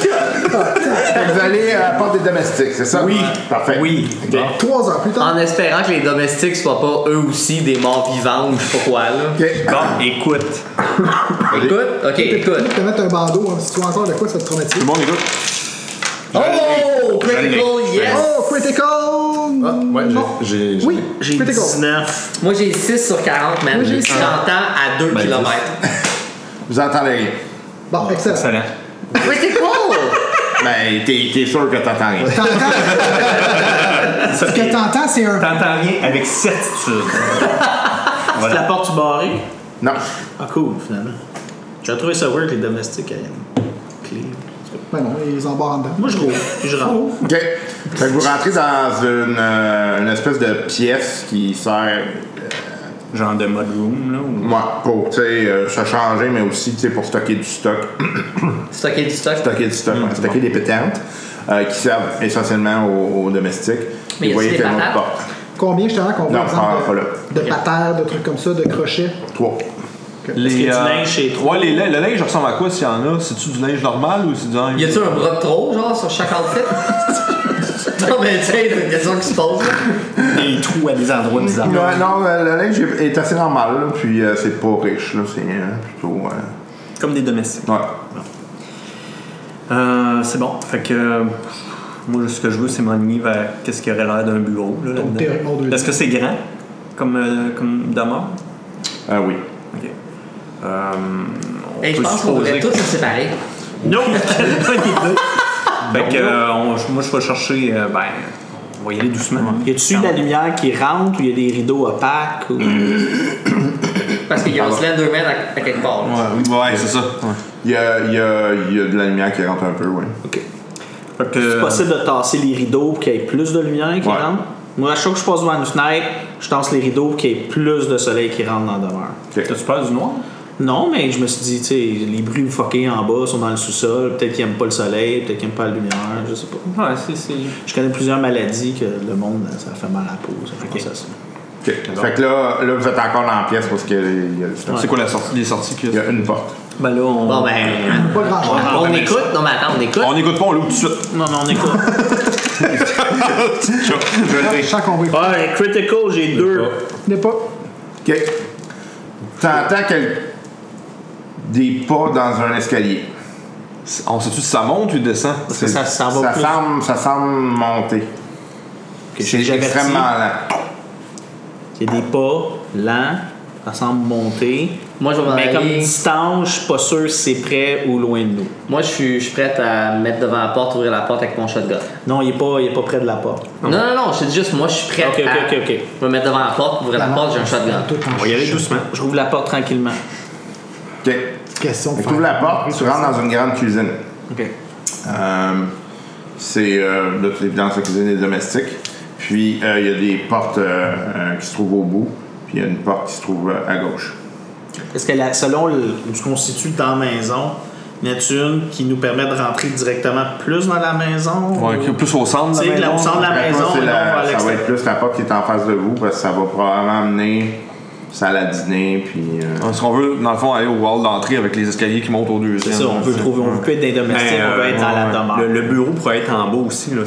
Speaker 6: Fait que vous allez à la porte des domestiques, c'est ça? Oui. Parfait.
Speaker 8: Oui.
Speaker 6: OK.
Speaker 9: Trois heures plus tard.
Speaker 5: En espérant que les domestiques soient pas eux aussi des morts vivants ou je sais pas quoi, là.
Speaker 8: Bon, écoute.
Speaker 5: Écoute, ok,
Speaker 9: Tu
Speaker 5: écoute.
Speaker 9: peux te mettre un bandeau, hein, si tu vois encore de quoi ça te traumatise.
Speaker 4: Tout le monde est là.
Speaker 5: Oh! Critical, yes!
Speaker 9: Oh, critical!
Speaker 6: Ah,
Speaker 10: Ouais, j'ai. j'ai-
Speaker 9: Oui,
Speaker 3: J'ai
Speaker 9: critical.
Speaker 3: 19.
Speaker 5: Moi j'ai 6 sur 40, man.
Speaker 9: Moi, j'ai
Speaker 5: J'entends à 2 km.
Speaker 6: Vous entendez rien.
Speaker 9: Bon, excellent.
Speaker 8: Excellent.
Speaker 5: Critical!
Speaker 6: Ben, t'es t'es sûr que t'entends rien.
Speaker 9: Ce que t'entends, c'est un.
Speaker 8: T'entends rien avec certitude.
Speaker 3: C'est la porte du barré.
Speaker 6: Non.
Speaker 3: Ah, cool, finalement. J'ai trouvé ça weird, les domestiques, euh, à Clé.
Speaker 9: Ben non, ils en barrent en dedans.
Speaker 3: Moi, je roule, puis je rentre.
Speaker 6: OK. Fait que vous rentrez dans une, euh, une espèce de pièce qui sert
Speaker 8: Genre de mode room, là. Ou...
Speaker 6: ouais, pour tu sais, euh, se changer, mais aussi tu sais, pour stocker du stock.
Speaker 5: Stocker du stock.
Speaker 6: stocker du stock, ouais, stocker des pétantes euh, qui servent essentiellement aux, aux domestiques.
Speaker 5: Mais
Speaker 6: Et
Speaker 5: y a-t-il
Speaker 6: voyez
Speaker 5: des
Speaker 6: qu'il y a une autre
Speaker 5: patates?
Speaker 6: porte.
Speaker 9: Combien je te rends qu'on voit,
Speaker 6: Non,
Speaker 9: exemple,
Speaker 6: pas-
Speaker 9: de-
Speaker 6: pas là.
Speaker 9: de patères, de trucs comme ça, de crochets?
Speaker 6: Trois.
Speaker 3: Est-ce qu'il y
Speaker 4: Les,
Speaker 3: a du
Speaker 4: euh,
Speaker 3: linge chez toi?
Speaker 4: ouais, les, li- le linge ressemble à quoi s'il y en a C'est-tu du linge normal ou c'est du linge.
Speaker 5: Y a-tu un bras de trop, genre, sur chaque outfit? non, mais tiens, c'est une question qui se pose. là.
Speaker 11: Des trous à des endroits bizarres.
Speaker 6: Ouais, non, euh, le linge est- est assez normal, là, puis euh, c'est pas riche, là, c'est euh, plutôt. euh,
Speaker 11: Comme des domestiques.
Speaker 6: ouais.
Speaker 11: Euh, c'est bon. Fait que. euh, Moi, ce que je veux, c'est m'enligner vers qu'est-ce qui aurait l'air d'un bureau. Là,
Speaker 9: Donc,
Speaker 11: là-dedans.
Speaker 9: théoriquement, on doit-
Speaker 11: Est-ce que c'est grand comme, euh, comme demeure?
Speaker 6: Ah oui.
Speaker 11: Ok. Euh, on
Speaker 5: Et je
Speaker 11: peut
Speaker 5: pense qu'on
Speaker 11: supposer
Speaker 5: devrait
Speaker 11: que-
Speaker 5: tous se séparer.
Speaker 11: Non! fait que, euh, on- moi, je vais chercher. euh, ben, on va y aller doucement.
Speaker 3: Y a-tu de la lumière qui rentre ou y a des rideaux opaques? Ou...
Speaker 5: Parce qu'il y a un Slenderman à, à quelque part. là.
Speaker 4: Ouais, ouais, c'est ça.
Speaker 6: Il y a, il y a- il y a de la lumière qui rentre un peu, oui.
Speaker 11: Fait que,
Speaker 3: C'est possible de tasser les rideaux pour qu'il y ait plus de lumière qui
Speaker 6: Ouais.
Speaker 3: rentre? Moi, à chaque fois que je passe devant une fenêtre, je tasse les rideaux pour qu'il y ait plus de soleil qui rentre dans la demeure.
Speaker 11: T'as-tu peur du noir?
Speaker 3: Non, mais je me suis dit, tu sais, les bruits fuckés en bas sont dans le sous-sol. Peut-être qu'ils aiment pas le soleil, peut-être qu'ils aiment pas la lumière, je sais pas.
Speaker 11: Ouais, c'est. c'est-
Speaker 3: Je connais plusieurs maladies que le monde, ça fait mal à la peau, ça fait penser à ça.
Speaker 6: OK. Fait que là, là, vous êtes encore dans la pièce parce qu'il y a, il y a-
Speaker 4: C'est quoi la sortie, les sorties qu'il
Speaker 6: il
Speaker 4: y
Speaker 6: y
Speaker 4: a
Speaker 6: a une porte.
Speaker 11: Ben là, on.
Speaker 5: Bon, ben.
Speaker 9: Pas grand-chose.
Speaker 5: On écoute? Non, mais attends, on écoute.
Speaker 4: On n'écoute pas, on l'ouvre tout de suite.
Speaker 3: Non, non, on écoute.
Speaker 9: Je sens qu'on va écouter.
Speaker 3: ouais, critical, j'ai deux.
Speaker 9: N'est pas.
Speaker 6: OK. T'entends quel... des pas dans un escalier.
Speaker 4: On sait-tu si ça monte ou descend
Speaker 3: Parce que ça, ça va plus.
Speaker 6: semble, ça semble monter. C'est
Speaker 3: j'avertis.
Speaker 6: extrêmement lent.
Speaker 3: Il y a des pas lents, ça semble monter.
Speaker 5: Moi, je vais m'en
Speaker 3: Mais comme
Speaker 5: aller.
Speaker 3: distance, je suis pas sûr si c'est près ou loin de nous.
Speaker 5: Moi, je suis, je suis prête à me mettre devant la porte, ouvrir la porte avec mon shotgun.
Speaker 3: Non, il est pas, il est pas près de la porte.
Speaker 5: Non, non, non, je dis juste, moi, je suis prête
Speaker 3: Ok, ok,
Speaker 5: à
Speaker 3: ok, ok.
Speaker 5: me mettre devant la porte, ouvrir la porte, j'ai un shotgun.
Speaker 9: Toi,
Speaker 11: On va y aller doucement.
Speaker 3: Je rouvre la porte tranquillement.
Speaker 6: OK.
Speaker 9: Question.
Speaker 6: Fait que t'ouvres la porte, tu rentres dans une grande cuisine.
Speaker 3: OK.
Speaker 6: Euh, c'est euh, de toute évidence la cuisine est domestique. Puis euh, il y a des portes euh, euh, qui se trouvent au bout, puis il y a une porte qui se trouve euh, à gauche.
Speaker 3: Est-ce que la, selon le- où se constitue dans la maison, y en a-t-il une qui nous permet de rentrer directement plus dans la maison?
Speaker 4: Ouais,
Speaker 3: ou-
Speaker 4: qu'il y a plus au centre de
Speaker 3: Tu
Speaker 4: la
Speaker 3: sais, là, au
Speaker 4: maison.
Speaker 3: centre de la
Speaker 6: Fait que
Speaker 3: maison,
Speaker 6: moi, c'est
Speaker 3: et non
Speaker 6: la-
Speaker 3: vers
Speaker 6: ça va
Speaker 3: l'extérieur.
Speaker 6: être plus la porte qui est en face de vous parce que ça va probablement amener salle à dîner, puis. euh,
Speaker 3: Ah.
Speaker 4: Parce Hein, qu'on veut, dans le fond, aller au hall d'entrée avec les escaliers qui montent au
Speaker 3: C'est
Speaker 4: deuxième.
Speaker 3: ça, on veut trouver, on peut être dans les
Speaker 11: Ben,
Speaker 3: domestiques, on peut
Speaker 11: euh,
Speaker 3: être dans la
Speaker 11: ouais,
Speaker 3: demeure.
Speaker 11: Le, le bureau pourrait être en bas aussi. Là.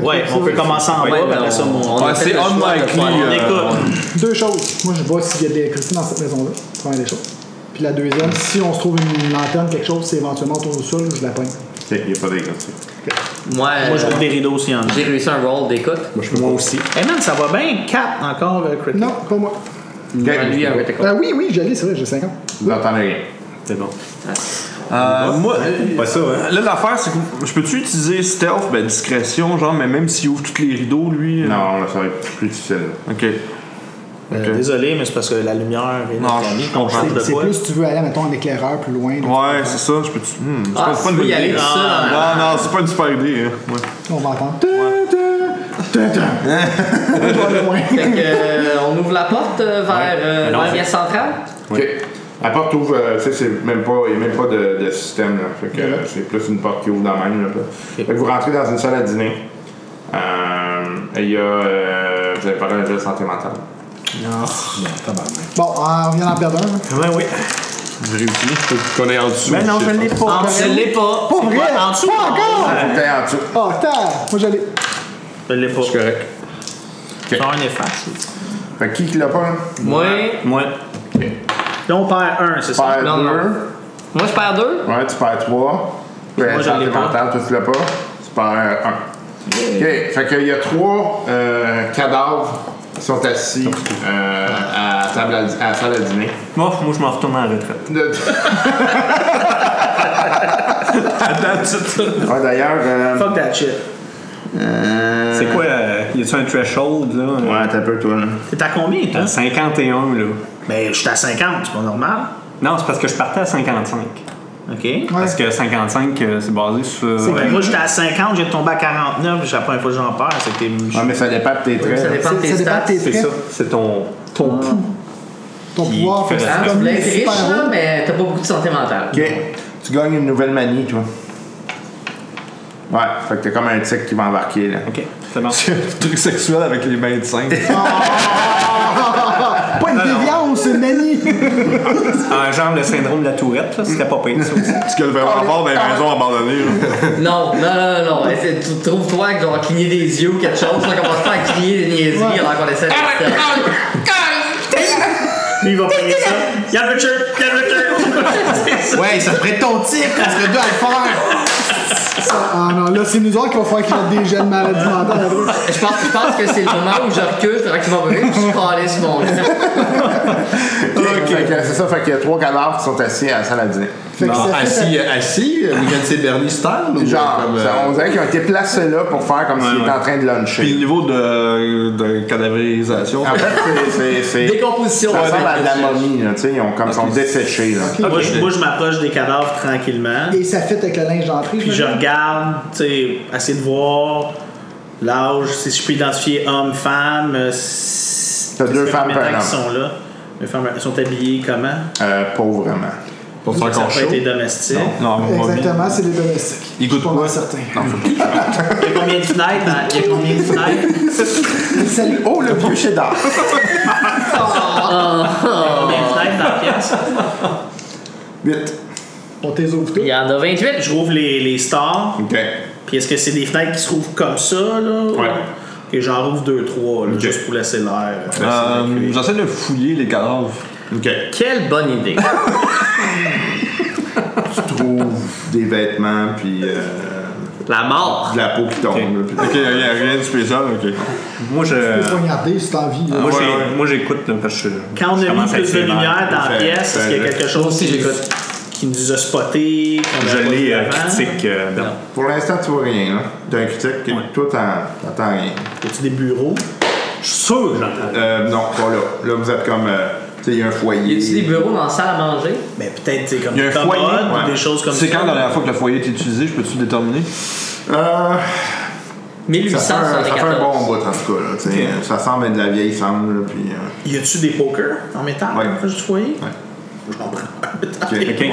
Speaker 3: Ouais, on peut commencer en bas,
Speaker 5: Ouais, ben,
Speaker 3: puis après ben, ça,
Speaker 5: on-
Speaker 3: on,
Speaker 5: on-
Speaker 4: Ouais, c'est
Speaker 5: On a fait le choix de
Speaker 4: unlikely.
Speaker 5: faire-
Speaker 3: on
Speaker 4: euh,
Speaker 3: écoute.
Speaker 9: Deux choses. Moi, je vois s'il y a des électricité dans cette maison-là. Première des choses. Puis la deuxième, si on se trouve une lanterne, quelque chose, c'est éventuellement autour du sol, je la pogne.
Speaker 6: OK, il n'y a pas d'électricité.
Speaker 5: Moi,
Speaker 3: Moi, je
Speaker 5: euh,
Speaker 3: rouvre des rideaux aussi en bas.
Speaker 5: j'ai réussi un roll d'écoute.
Speaker 11: Moi aussi.
Speaker 3: Hey man, ça va bien, 4 encore, euh, le critical.
Speaker 9: Non, pas moi.
Speaker 5: Moi, lui, un critical.
Speaker 9: Ah oui, oui, j'allais, c'est vrai, j'ai 50.
Speaker 6: Vous n'entendez rien.
Speaker 11: C'est bon.
Speaker 4: Euh, moi, euh,
Speaker 11: Pas ça, hein?
Speaker 4: là, l'affaire, c'est que je peux-tu utiliser stealth, ben discrétion, genre, mais même s'il ouvre tous les rideaux, lui. euh,
Speaker 6: Non, là, ça va être plus difficile.
Speaker 4: Ok.
Speaker 3: Euh, Désolé, mais c'est parce que la lumière est
Speaker 4: Non,
Speaker 3: notre
Speaker 4: je
Speaker 3: amie,
Speaker 4: comprends.
Speaker 3: qu'on change de
Speaker 9: C'est
Speaker 3: quoi.
Speaker 9: plus si tu veux aller, mettons, en éclaireur plus loin. là,
Speaker 4: Ouais, c'est ça, je peux-tu. hmm, c'est
Speaker 5: Ah,
Speaker 4: pas- c'est pas
Speaker 5: tu
Speaker 4: une bonne
Speaker 5: peux y
Speaker 4: idée.
Speaker 5: aller
Speaker 4: Non,
Speaker 5: seul en avant.
Speaker 3: hein.
Speaker 4: non, c'est pas une super idée. hein. Ouais.
Speaker 9: On va entendre. On va loin.
Speaker 5: Fait que, euh, on ouvre la porte euh, vers euh, la pièce centrale.
Speaker 6: OK. La porte ouvre, euh, tu sais, c'est même pas, il n'y a même pas de, de système, là. Fait que euh, c'est plus une porte qui ouvre dans la même, là. Fait que vous rentrez dans une salle à dîner. Euh, et il y a. euh, vous avez parlé d'un jeu de santé mentale.
Speaker 9: Bon, on revient en perdre un.
Speaker 11: Ouais, oui.
Speaker 10: J'ai réussi. Faut qu'on est en dessous.
Speaker 3: Mais Ben non, je l'ai pas. En dessous, je l'ai pas.
Speaker 9: Pas
Speaker 3: C'est
Speaker 9: vrai?
Speaker 3: quoi, En dessous,
Speaker 9: Pas encore?
Speaker 6: Faut que t'ailles en dessous.
Speaker 9: Oh, terre! Moi, j'allais.
Speaker 3: Je l'ai pas.
Speaker 10: C'est correct.
Speaker 3: Genre un efface.
Speaker 6: Fait que qui qui l'a pas, hein? là?
Speaker 5: Moi,
Speaker 11: Moi.
Speaker 3: Là, on perd un, c'est ça?
Speaker 6: Père
Speaker 5: Non, non.
Speaker 6: deux.
Speaker 5: moi je perds deux.
Speaker 6: Ouais, tu perds trois. Puis
Speaker 3: Moi, je
Speaker 6: santé
Speaker 3: l'ai pas.
Speaker 6: mentale, toi, tu l'as pas. Tu perds un. OK. Fait qu'il y a trois euh, cadavres qui sont assis euh, à, table à, à la salle à dîner.
Speaker 11: Moi, moi, je m'en retourne en retraite.
Speaker 6: De- Ouais, d'ailleurs, euh,
Speaker 3: Fuck that shit.
Speaker 6: euh,
Speaker 11: C'est quoi, euh, y a-tu un threshold, là? Euh,
Speaker 6: Ouais, t'as peu, toi, là.
Speaker 3: T'es à combien, toi?
Speaker 11: À 51, là.
Speaker 3: Ben, je suis à 50, c'est pas normal.
Speaker 11: Non, c'est parce que je partais à 55.
Speaker 3: OK?
Speaker 11: Parce que 55, euh, c'est basé sur.
Speaker 3: Ouais, Moi, j'étais à 50, j'ai tombé à 49, j'ai la première fois que j'en perds, c'était...
Speaker 6: Ouais, Ah, mais ça dépend de tes
Speaker 5: Ça
Speaker 6: traits.
Speaker 5: dépend de tes
Speaker 9: Ça dépend
Speaker 5: stats.
Speaker 9: de tes
Speaker 11: C'est
Speaker 9: traits.
Speaker 11: ça. C'est ton. Ton pouls.
Speaker 9: Ton
Speaker 11: Qui
Speaker 9: pouvoir
Speaker 11: fait
Speaker 9: fait
Speaker 11: la
Speaker 5: Hein,
Speaker 9: ça.
Speaker 5: tu
Speaker 9: comme
Speaker 5: voulais
Speaker 9: les
Speaker 5: être riche, là,
Speaker 9: super-héros.
Speaker 5: mais t'as pas beaucoup de santé mentale.
Speaker 6: Ok. Tu gagnes une nouvelle manie, toi. Ouais, fait que t'as comme un tic qui va embarquer, là.
Speaker 11: Ok. C'est bon.
Speaker 4: truc sexuel avec les mains de singe.
Speaker 9: Pas une déviance, une manie!
Speaker 11: Un Euh, genre le syndrome de la tourette, là, c'était pas pire ça aussi.
Speaker 4: Est-ce que le
Speaker 6: Ah,
Speaker 4: verre rapport dans les maisons abandonnées? là?
Speaker 5: Non, non, non, non, non. Eh, c'est- tu- Trouve-toi qu'on va cligner des yeux ou quelque chose. On commence pas à cligner des niaiseries alors qu'on essaie de
Speaker 3: Lui, il va payer ça. Yann Richard! Yann Richard!
Speaker 12: Ouais, ça ferait ton type, on serait deux à le faire.
Speaker 9: Ah non, là, c'est nous autres qu'il va falloir qu'il y ait des jeunes maladies mentales.
Speaker 5: Je pense, je pense que c'est le moment où je recule tranquillement brûler puis je prends sur mon lit.
Speaker 6: Fait que C'est ça, fait qu'il y a trois cadavres qui sont assis à la salle à dîner.
Speaker 9: Non,
Speaker 7: assis, euh, assis, euh, Weekend c'est Bernie Style ou
Speaker 6: Genre,
Speaker 7: comme, euh,
Speaker 6: ça- on dirait qu'ils ont été placés là pour faire comme s'ils étaient en train de luncher.
Speaker 4: Puis le niveau de, de cadavérisation.
Speaker 6: En fait, c'est- c'est. c'est-
Speaker 5: Décomposition.
Speaker 6: Ça ressemble à de la
Speaker 5: Ouais.
Speaker 6: momie, là, tu sais, ils ont comme sont desséchés, là.
Speaker 3: Moi, je, moi, je m'approche des cadavres tranquillement.
Speaker 9: Et ça fit avec le linge d'entrée.
Speaker 3: Puis je
Speaker 9: j'imagine.
Speaker 3: regarde, tu sais, essayer de voir l'âge, si je peux identifier homme, femme. euh, si-
Speaker 6: T'as
Speaker 3: ça
Speaker 6: deux
Speaker 3: fait
Speaker 6: femmes
Speaker 3: combien de
Speaker 6: par
Speaker 3: temps qu'ils
Speaker 6: homme.
Speaker 3: sont là. Les femmes elles sont habillées comment
Speaker 6: Euh, pas vraiment.
Speaker 4: Pour
Speaker 3: Ça peut être les domestiques.
Speaker 4: Non,
Speaker 9: Exactement, c'est les domestiques.
Speaker 4: Il goûte
Speaker 9: Pas mal certain.
Speaker 3: Il y a combien de fenêtres hein? Il y a combien de fenêtres
Speaker 9: Salut.
Speaker 6: Oh, le vieux cheddar!
Speaker 3: Il y a combien de fenêtres dans la pièce
Speaker 6: 8.
Speaker 9: On t'es ouvre tout.
Speaker 5: Il y en a 28.
Speaker 3: Je rouvre les, les stars.
Speaker 6: OK.
Speaker 3: Puis est-ce que c'est des fenêtres qui se rouvrent comme ça, là
Speaker 4: Ouais.
Speaker 3: Et j'en rouvre deux, trois, là, juste pour laisser l'air. laisser
Speaker 4: Euh,
Speaker 3: circuler.
Speaker 4: J'essaie de fouiller les cadavres.
Speaker 6: OK.
Speaker 5: Quelle bonne idée.
Speaker 6: Tu trouves des vêtements, puis. euh,
Speaker 5: La mort.
Speaker 6: de la peau qui tombe, là, puis-
Speaker 4: Ok, il n'y a rien de spécial, ok.
Speaker 11: Moi je.
Speaker 9: Tu peux regarder si t'as envie. là.
Speaker 11: moi,
Speaker 4: ouais,
Speaker 11: j'ai-
Speaker 4: ouais.
Speaker 11: moi, j'écoute là, parce que je.
Speaker 3: Quand on
Speaker 11: je
Speaker 3: a mis
Speaker 11: commence à
Speaker 3: plus
Speaker 11: être
Speaker 3: de
Speaker 11: sévère.
Speaker 3: lumière dans la
Speaker 6: Fait-
Speaker 3: pièce, est-ce qu'il y a
Speaker 6: fait-
Speaker 3: quelque chose qui, qui nous a spoté qu'on
Speaker 11: Je
Speaker 3: a pas vu
Speaker 11: l'ai euh,
Speaker 3: avant?
Speaker 11: critique, euh, Bernard.
Speaker 6: Pour l'instant, tu vois rien, là. T'as un critique, que toi, t'en- t'entends rien.
Speaker 3: Y a-tu des bureaux
Speaker 11: Je suis sûr que j'entends.
Speaker 6: Euh, non, pas là. Là, vous êtes comme. euh, tu sais, il y a un
Speaker 5: Y a-tu des
Speaker 6: foyer.
Speaker 5: bureaux dans la salle à manger?
Speaker 3: Mais Ben, peut-être, tu sais, comme
Speaker 4: Il y a un
Speaker 3: des commodes
Speaker 4: foyer.
Speaker 3: ou
Speaker 4: ouais.
Speaker 3: des choses comme ça.
Speaker 4: C'est quand la dernière fois que le foyer a été utilisé, je peux-tu le déterminer?
Speaker 6: Euh, ça, fait un, ça fait un bon
Speaker 5: 1874.
Speaker 6: bout, en tout cas, là. tu sais. Ça semble être de la vieille femme, là, puis. euh,
Speaker 3: Y a-tu des pokers en métal
Speaker 6: Ouais.
Speaker 3: proche du foyer
Speaker 6: Ouais.
Speaker 3: Je comprends.
Speaker 6: Ok.
Speaker 11: Ok,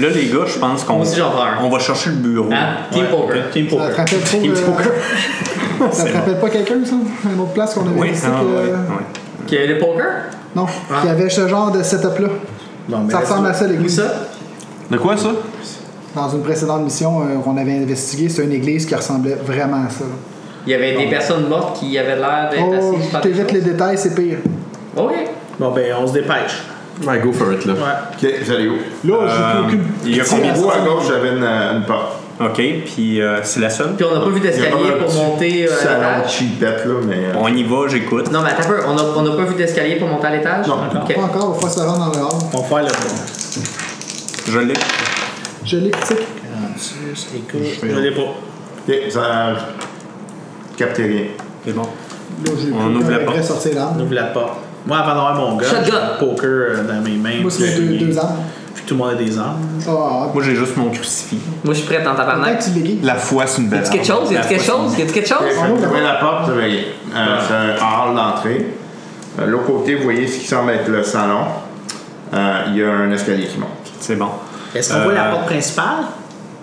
Speaker 11: Là, les gars, je pense qu'on
Speaker 5: Moi aussi, j'en veux un.
Speaker 11: on va chercher le bureau.
Speaker 5: Hein? Team poker.
Speaker 3: Team
Speaker 9: Ça te
Speaker 3: poker.
Speaker 9: rappelle pas, euh, ça te rappelle pas quelqu'un, ça? Une autre place qu'on avait
Speaker 11: Oui,
Speaker 9: visité
Speaker 11: ah,
Speaker 9: que-
Speaker 11: oui, oui.
Speaker 5: Qui a le poker?
Speaker 9: Non, qui avait ce genre de setup-là.
Speaker 3: Non, mais
Speaker 9: Ça ressemble à ça,
Speaker 5: Où
Speaker 9: l'église.
Speaker 5: ça?
Speaker 4: De quoi ça?
Speaker 9: Dans une précédente mission euh, qu'on avait investiguée, c'était une église qui ressemblait vraiment à ça. là.
Speaker 5: Il y avait des personnes mortes qui avaient l'air d'être
Speaker 9: Oh,
Speaker 5: assises
Speaker 9: je
Speaker 5: par des
Speaker 9: t'évite les détails, c'est pire.
Speaker 5: choses. Ok.
Speaker 3: Bon, ben, on se dépêche.
Speaker 7: Ouais, go for it, là.
Speaker 3: Ouais.
Speaker 6: euh, Ok, vous allez où?
Speaker 9: Là, j'ai plus aucune.
Speaker 11: Il y a combien
Speaker 6: Vous, à gauche, j'avais une, euh, une porte.
Speaker 11: Ok, puis euh, c'est la seule.
Speaker 5: Puis on n'a pas vu
Speaker 6: Il y a
Speaker 5: d'escalier
Speaker 6: comme un
Speaker 5: pour
Speaker 6: petit
Speaker 5: monter euh, à
Speaker 6: Salon
Speaker 5: l'étage.
Speaker 6: cheapette, là, mais. euh,
Speaker 11: On y va, j'écoute.
Speaker 5: Non, mais attends un peu, on n'a on a pas vu d'escalier pour monter à l'étage?
Speaker 6: Non,
Speaker 5: Ok.
Speaker 9: Pas encore, il faut se rendre dans le hall.
Speaker 3: On va faire le
Speaker 11: Je l'ai.
Speaker 9: Je l'ai critique.
Speaker 3: bon. Je l'ai pas.
Speaker 6: Ok, ça. Captez rien.
Speaker 11: C'est bon.
Speaker 9: Là, j'ai
Speaker 11: On
Speaker 9: plus
Speaker 11: ouvre la
Speaker 9: aucun
Speaker 11: porte.
Speaker 9: regret sortir
Speaker 3: On
Speaker 9: l'arme.
Speaker 3: ouvre la porte. Moi, avant d'avoir mon gars,
Speaker 5: Shotgun.
Speaker 3: j'ai un poker euh, dans mes mains.
Speaker 9: Moi, c'est
Speaker 3: puis-
Speaker 9: deux, deux armes.
Speaker 3: Puis tout le monde a des armes.
Speaker 9: Ah, Ah,
Speaker 11: Moi, j'ai juste mon crucifix.
Speaker 5: Moi, je suis prête en
Speaker 9: ah. Tant
Speaker 5: tabarnak.
Speaker 9: que tu l'aiguilles.
Speaker 4: La foi, c'est une belle
Speaker 5: Y a quelque chose? Y a quelque chose? Y a quelque chose?
Speaker 6: Vous ouvrez la porte, vous avez rien.
Speaker 11: Ah.
Speaker 6: Euh, c'est un hall d'entrée. Euh, L'autre côté, vous voyez ce qui semble être le salon. Euh, Il y a un escalier qui monte.
Speaker 11: C'est bon.
Speaker 3: Est-ce qu'on
Speaker 11: Euh,
Speaker 3: voit la porte principale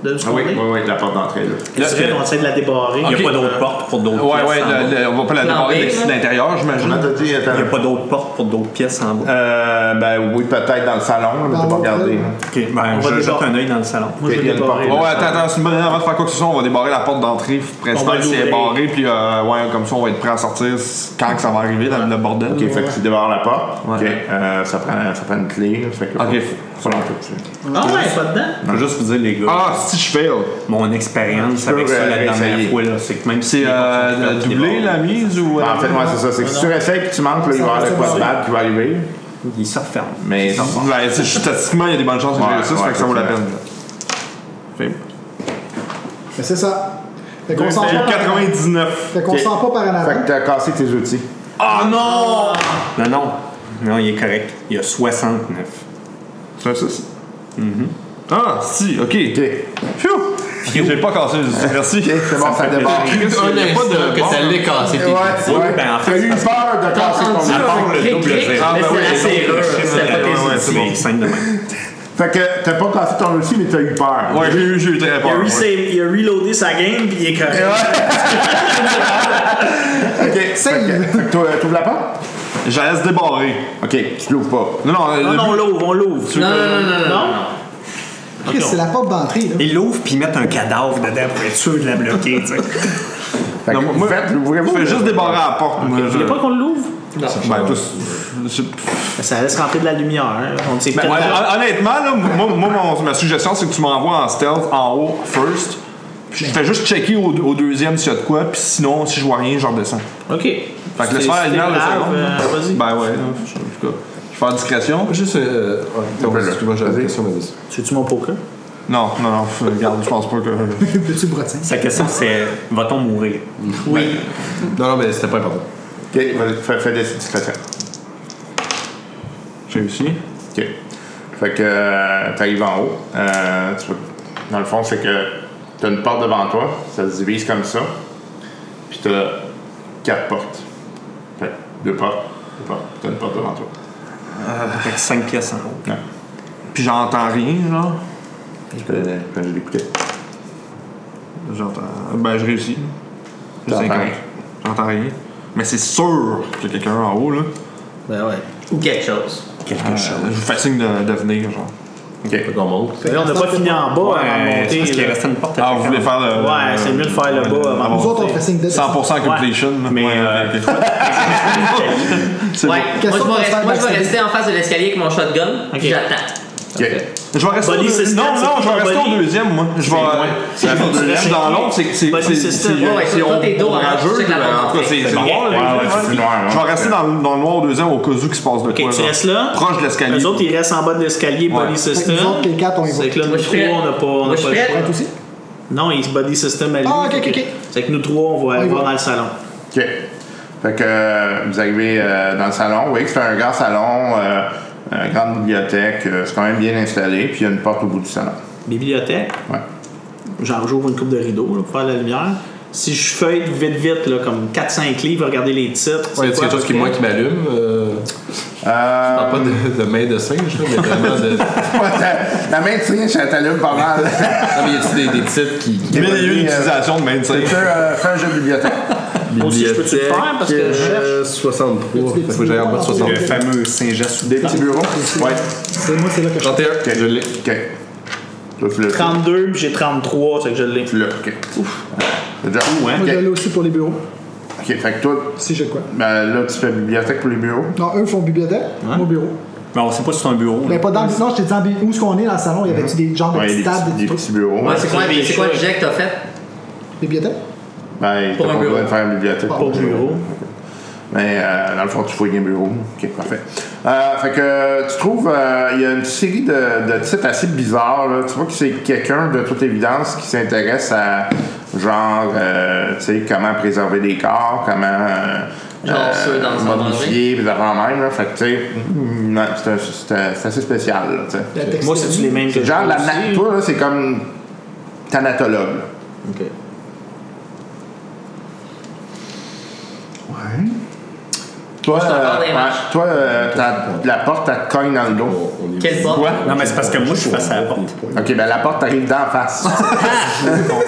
Speaker 3: de ce
Speaker 6: Ah oui,
Speaker 3: côté?
Speaker 6: oui, oui, la porte d'entrée, là.
Speaker 3: Est-ce
Speaker 11: Là,
Speaker 3: qu'on essaie de la débarrer?
Speaker 11: Il n'y a pas d'autres portes pour d'autres
Speaker 4: Ouais,
Speaker 11: pièces.
Speaker 4: ouais,
Speaker 11: en
Speaker 4: le-
Speaker 11: bas.
Speaker 4: le- on va pas la
Speaker 5: Plan B,
Speaker 4: démarrer de
Speaker 5: là.
Speaker 4: l'intérieur, j'imagine.
Speaker 6: Comment Ah, t'as dit? Attends.
Speaker 11: Il n'y a pas d'autres portes pour d'autres pièces en bas.
Speaker 6: Euh, ben oui, peut-être dans le salon, là, mais
Speaker 9: Dans
Speaker 6: t'as pas
Speaker 9: l'autre
Speaker 6: regardé.
Speaker 9: salle.
Speaker 6: là.
Speaker 11: Ok, ben,
Speaker 3: On va
Speaker 11: je jette
Speaker 3: débarrer.
Speaker 11: un œil dans le salon.
Speaker 3: Moi, je
Speaker 6: Il y
Speaker 3: vais
Speaker 6: a une
Speaker 3: débarrer.
Speaker 4: Ouais,
Speaker 3: la
Speaker 4: ouais,
Speaker 3: porte.
Speaker 4: attends, attends, c'est une bonne idée. Avant de faire quoi que ce soit, on va débarrer la porte d'entrée
Speaker 3: On va
Speaker 4: principale si elle est
Speaker 3: l'ouvrir.
Speaker 4: barrée, puis euh, ouais, comme ça, on va être prêt à sortir quand que ça va arriver, dans le bordel.
Speaker 6: Ok, fait que tu débarres la porte. Ok,
Speaker 4: Ouais.
Speaker 6: euh, ça, prend, ça prend une clé. là, Fait que
Speaker 4: Ok.
Speaker 6: faut, faut l'entrer dessus.
Speaker 3: Ah ouais, pas dedans?
Speaker 11: Je veux juste vous dire, les gars,
Speaker 4: Ah, si je fail!
Speaker 11: mon expérience
Speaker 6: Tu peux,
Speaker 11: avec ça la
Speaker 6: euh,
Speaker 11: dernière
Speaker 6: réessayer.
Speaker 11: fois, là, c'est que même si.
Speaker 4: C'est
Speaker 11: les portes sont
Speaker 4: euh,
Speaker 11: ouvertes,
Speaker 4: doublé
Speaker 11: il est
Speaker 4: la mise ou. euh,
Speaker 6: En fait, moi, c'est ça. C'est que si tu réessayes et tu manques, là, il va y avoir le quoi de bad qui va arriver.
Speaker 11: bon. Il se referme.
Speaker 6: Mais
Speaker 4: Ben, tu sais, statistiquement, il y a des bonnes chances que
Speaker 6: Ouais,
Speaker 4: j'ai ça, ça
Speaker 6: ouais,
Speaker 4: fait que ça vaut la
Speaker 6: c'est
Speaker 4: peine. Fait-
Speaker 9: Mais c'est ça. Fait qu'on s'en va. par-
Speaker 4: 99.
Speaker 9: Fait qu'on
Speaker 6: Ok.
Speaker 9: se sent pas par en
Speaker 6: Fait
Speaker 9: avant.
Speaker 6: que t'as cassé tes outils.
Speaker 4: Ah non!
Speaker 11: Non, non. Non, il est correct. Il y a 69.
Speaker 4: C'est un 6. Ah, si, ok.
Speaker 6: Ok.
Speaker 4: Phew! Ok, J'ai pas cassé, merci. Ah,
Speaker 6: Ok, c'est bon, ça débarre.
Speaker 4: Il y a
Speaker 10: Un instant
Speaker 4: pas de
Speaker 10: que
Speaker 4: bon.
Speaker 10: ça l'ait cassé,
Speaker 6: Ouais,
Speaker 10: tes
Speaker 6: ouais.
Speaker 11: Oui, ben, en fait,
Speaker 6: T'as eu peur de casser
Speaker 5: T'as entendu
Speaker 6: ton
Speaker 11: À part
Speaker 5: un
Speaker 11: le double zéro.
Speaker 5: cric-cric, mais
Speaker 4: Ah, ben
Speaker 5: c'est
Speaker 4: oui,
Speaker 5: la
Speaker 4: j'ai
Speaker 5: serrure,
Speaker 4: compris.
Speaker 5: c'était pas
Speaker 4: Ouais,
Speaker 5: tes
Speaker 4: ouais,
Speaker 5: outils.
Speaker 4: Ah, c'est bon.
Speaker 11: C'est simple de même.
Speaker 6: Fait que t'as pas cassé ton outil, mais t'as eu peur.
Speaker 4: Ouais, j'ai eu, j'ai eu très
Speaker 3: Il a,
Speaker 4: peur.
Speaker 3: resave- il a reloadé sa game, puis il est correct.
Speaker 6: ok, save. euh, T'ouvres la porte?
Speaker 4: Je la laisse débarrer.
Speaker 6: Ok, tu l'ouvres pas.
Speaker 4: Non, euh, non,
Speaker 3: Non,
Speaker 4: le-
Speaker 3: non, on l'ouvre, on l'ouvre.
Speaker 4: Non, non, non,
Speaker 3: non, non.
Speaker 9: Chris, c'est la porte d'entrée, là.
Speaker 8: Ils l'ouvrent puis ils mettent un cadavre dedans pour être sûr de la bloquer, tu sais.
Speaker 4: Non, moi, moi, je fais juste débarrer la porte. moi,
Speaker 3: Vous
Speaker 4: je-
Speaker 3: voulez pas qu'on l'ouvre? Non.
Speaker 4: Ben, tous-
Speaker 3: Ça laisse rentrer de la lumière. hein. On ne sait
Speaker 4: Ben,
Speaker 3: pas.
Speaker 4: hon- honnêtement, là, moi, moi, mon- ma suggestion, c'est que tu m'envoies en stealth en haut, first. Puis je fais juste checker au, au deuxième s'il y a de quoi, puis sinon, si je vois rien, je redescends.
Speaker 3: OK.
Speaker 4: Fait que laisse faire la lumière le second.
Speaker 3: euh,
Speaker 4: Ben ouais, non, je, en tout cas, je fais en discrétion.
Speaker 7: Juste, euh, ouais, donc, excuse-moi, j'avais une question, mais vas-y.
Speaker 3: Tu mon poker?
Speaker 4: Non, non, non, f- regarde, je pense pas que.
Speaker 9: Petit bretin.
Speaker 11: Sa question, c'est va-t-on mourir
Speaker 3: Oui.
Speaker 7: Non, non, mais c'était pas important.
Speaker 6: Ok, vas-y, fais, fais des discrétions.
Speaker 4: J'ai réussi.
Speaker 6: Ok. Fait que euh, t'arrives en haut. Euh, tu peux- dans le fond, c'est que t'as une porte devant toi, ça se divise comme ça. Puis t'as quatre portes. Fait que deux portes, deux portes. T'as une porte devant toi.
Speaker 11: Avec 5 pièces en haut.
Speaker 6: Ouais.
Speaker 4: Puis j'entends rien, genre.
Speaker 6: Je connais, je connais l'écouter.
Speaker 4: J'entends. Ben, je réussis.
Speaker 6: T'entends
Speaker 4: C'est
Speaker 6: rien.
Speaker 4: J'entends rien. Mais c'est sûr qu'il y a quelqu'un en haut, là.
Speaker 3: Ben ouais. Ou quelque chose.
Speaker 4: Quelque chose. Je vous fatigue de, de venir, genre.
Speaker 6: Ok.
Speaker 7: Fait qu'on monte.
Speaker 11: Ben,
Speaker 3: Là, on n'a pas fini en bas avant de monter. là.
Speaker 11: une porte
Speaker 4: Ah, vous voulez faire le.
Speaker 3: Ouais, c'est mieux de faire le
Speaker 6: euh,
Speaker 3: bas avant de
Speaker 9: Nous autres, on
Speaker 3: monter.
Speaker 9: fait signe de
Speaker 4: 100% completion. Mais.
Speaker 5: Ouais. Moi, je
Speaker 9: Question
Speaker 5: vais
Speaker 9: pour
Speaker 5: rester-
Speaker 9: faire
Speaker 5: moi, je vais
Speaker 9: backstabber.
Speaker 5: rester en face de l'escalier avec mon shotgun,
Speaker 3: Ok.
Speaker 5: puis j'attends.
Speaker 6: Ok.
Speaker 4: Je vais rester au
Speaker 3: Body
Speaker 4: deuxième.
Speaker 3: system,
Speaker 4: Non,
Speaker 3: c'est
Speaker 4: non, je
Speaker 3: quoi,
Speaker 4: vais rester
Speaker 3: body?
Speaker 4: au deuxième, moi. Je vais. euh,
Speaker 6: C'est
Speaker 4: Je
Speaker 6: quoi,
Speaker 4: suis
Speaker 6: deuxième?
Speaker 4: dans l'autre, c'est. C'est
Speaker 3: Body
Speaker 4: c'est-
Speaker 3: system.
Speaker 4: c'est-
Speaker 3: Ouais,
Speaker 5: ouais,
Speaker 4: c'est
Speaker 5: toi, t'es dos, hein,
Speaker 4: ombrageux,
Speaker 5: c'est que la
Speaker 4: ben, En tout cas,
Speaker 5: porte
Speaker 4: c'est
Speaker 5: est
Speaker 4: c'est
Speaker 5: fermée.
Speaker 4: noir, les
Speaker 6: Ouais, ouais,
Speaker 4: gens.
Speaker 6: c'est noir, hein.
Speaker 4: Je
Speaker 6: ouais.
Speaker 4: vais rester dans le dans le noir au deuxième au cas où qu'il se passe de
Speaker 3: Ok,
Speaker 4: quoi.
Speaker 3: tu
Speaker 4: genre.
Speaker 3: restes là.
Speaker 4: Proche de l'escalier.
Speaker 3: Eux autres, ils restent en bas de l'escalier, body
Speaker 4: Ouais.
Speaker 9: Fait que nous
Speaker 3: system.
Speaker 9: autres, les quatre, on y va.
Speaker 3: C'est que là,
Speaker 5: Moi,
Speaker 3: nous
Speaker 5: je
Speaker 3: trois,
Speaker 5: prête.
Speaker 3: on n'a pas, on
Speaker 5: Moi,
Speaker 3: n'a
Speaker 5: je
Speaker 3: pas le
Speaker 5: prête.
Speaker 3: choix.
Speaker 9: Toi aussi?
Speaker 3: Non, il se body system à lui.
Speaker 9: Ah, ok,
Speaker 3: fait
Speaker 9: ok,
Speaker 3: que-
Speaker 9: ok.
Speaker 3: C'est que nous trois, on va aller
Speaker 9: y
Speaker 3: voir
Speaker 9: va.
Speaker 3: dans le salon.
Speaker 6: OK. Fait que euh, vous arrivez euh, dans le salon. Vous voyez que c'est un grand salon, euh, euh, grande bibliothèque. euh, c'est quand même bien installé. Puis il y a une porte au bout du salon.
Speaker 3: Bibliothèque.
Speaker 6: Ouais.
Speaker 3: Genre, j'ouvre une coupe de rideau là, pour faire la lumière. Si je feuille vite, vite, là, comme 4-5 livres, regarder les titres. c'est
Speaker 7: Ouais, c'est
Speaker 3: quoi,
Speaker 7: quelque chose qui,
Speaker 3: parce
Speaker 7: moi, qui m'allume. Euh,
Speaker 6: Euh,
Speaker 7: parle pas de, de main de singe, là, mais vraiment de. Non,
Speaker 6: ta- la main de singe, elle t'allume pas mal.
Speaker 7: Ah, mais y a-t-il des, des titres qui. qui
Speaker 4: Mille et une
Speaker 6: Euh,
Speaker 4: utilisations de main,
Speaker 6: Fais euh, fais un jeu de bibliothèque.
Speaker 3: que- Aussi, je peux-tu le faire parce que je cherche.
Speaker 7: euh, 63. Fait que j'aille en bas de 63.
Speaker 11: Le fameux Saint-Jacques
Speaker 6: Des petits bureaux. Ouais.
Speaker 9: C'est moi, c'est là que je
Speaker 7: 31.
Speaker 6: OK.
Speaker 7: Je l'ai.
Speaker 6: OK. Toi, tu l'as.
Speaker 3: 32, puis j'ai 33, c'est que je l'ai.
Speaker 6: Tu l'as. OK. Ouf. déjà.
Speaker 9: Moi, je l'ai aussi pour les bureaux,
Speaker 6: OK. Fait que toi,
Speaker 9: si j'ai de quoi.
Speaker 6: ben, là, tu fais bibliothèque pour les bureaux.
Speaker 9: Non, eux font bibliothèque, moi bureau.
Speaker 11: Mais on sait pas si c'est un bureau. là.
Speaker 9: Ben, pas dans le- Non, je t'ai dit en bi- où est-ce qu'on est dans le salon, il y avait-tu des genres de
Speaker 6: Ouais, des
Speaker 9: petites tables,
Speaker 6: petits,
Speaker 9: des
Speaker 6: des
Speaker 9: trucs?
Speaker 6: petits bureaux.
Speaker 5: Ouais, c'est quoi,
Speaker 3: des
Speaker 5: c'est quoi le
Speaker 3: choix.
Speaker 5: jet que t'as fait?
Speaker 9: Bibliothèque?
Speaker 6: Ben,
Speaker 5: Pour
Speaker 6: t'as
Speaker 5: un
Speaker 6: pas le droit
Speaker 5: bureau.
Speaker 6: de faire une bibliothèque
Speaker 9: Pas
Speaker 6: pour
Speaker 9: pour
Speaker 6: un bureau. Mais euh, dans le fond, tu fouilles un bureau. OK, parfait. Euh, fait que euh, tu trouves, euh, il y a une série de, de titres assez bizarres. là. Tu vois que c'est quelqu'un, de toute évidence, qui s'intéresse à, genre, euh, tu sais, comment préserver des corps, comment... euh,
Speaker 5: Genre ceux dans le
Speaker 6: modifier, puis avant même. Là. Fait que, tu sais, mm, ouais, c'est un- c'est un- c'est assez spécial, là, tu sais.
Speaker 9: La
Speaker 3: Moi, c'est-tu les
Speaker 9: textilerie?
Speaker 3: mêmes que
Speaker 6: Genre,
Speaker 3: j'ai
Speaker 6: la,
Speaker 3: aussi?
Speaker 6: na- toi, là, c'est comme thanatologue. là.
Speaker 3: Ok.
Speaker 6: Toi,
Speaker 5: c'est encore
Speaker 6: euh,
Speaker 5: des
Speaker 6: ouais,
Speaker 5: marches.
Speaker 6: toi euh, t'as- la porte, elle te cogne dans le dos.
Speaker 5: Quelle porte?
Speaker 6: Quoi?
Speaker 11: Non, mais c'est parce que moi, je suis face à la porte.
Speaker 6: Ok, ben la porte t'arrive d'en face.
Speaker 3: Ah,
Speaker 5: La porte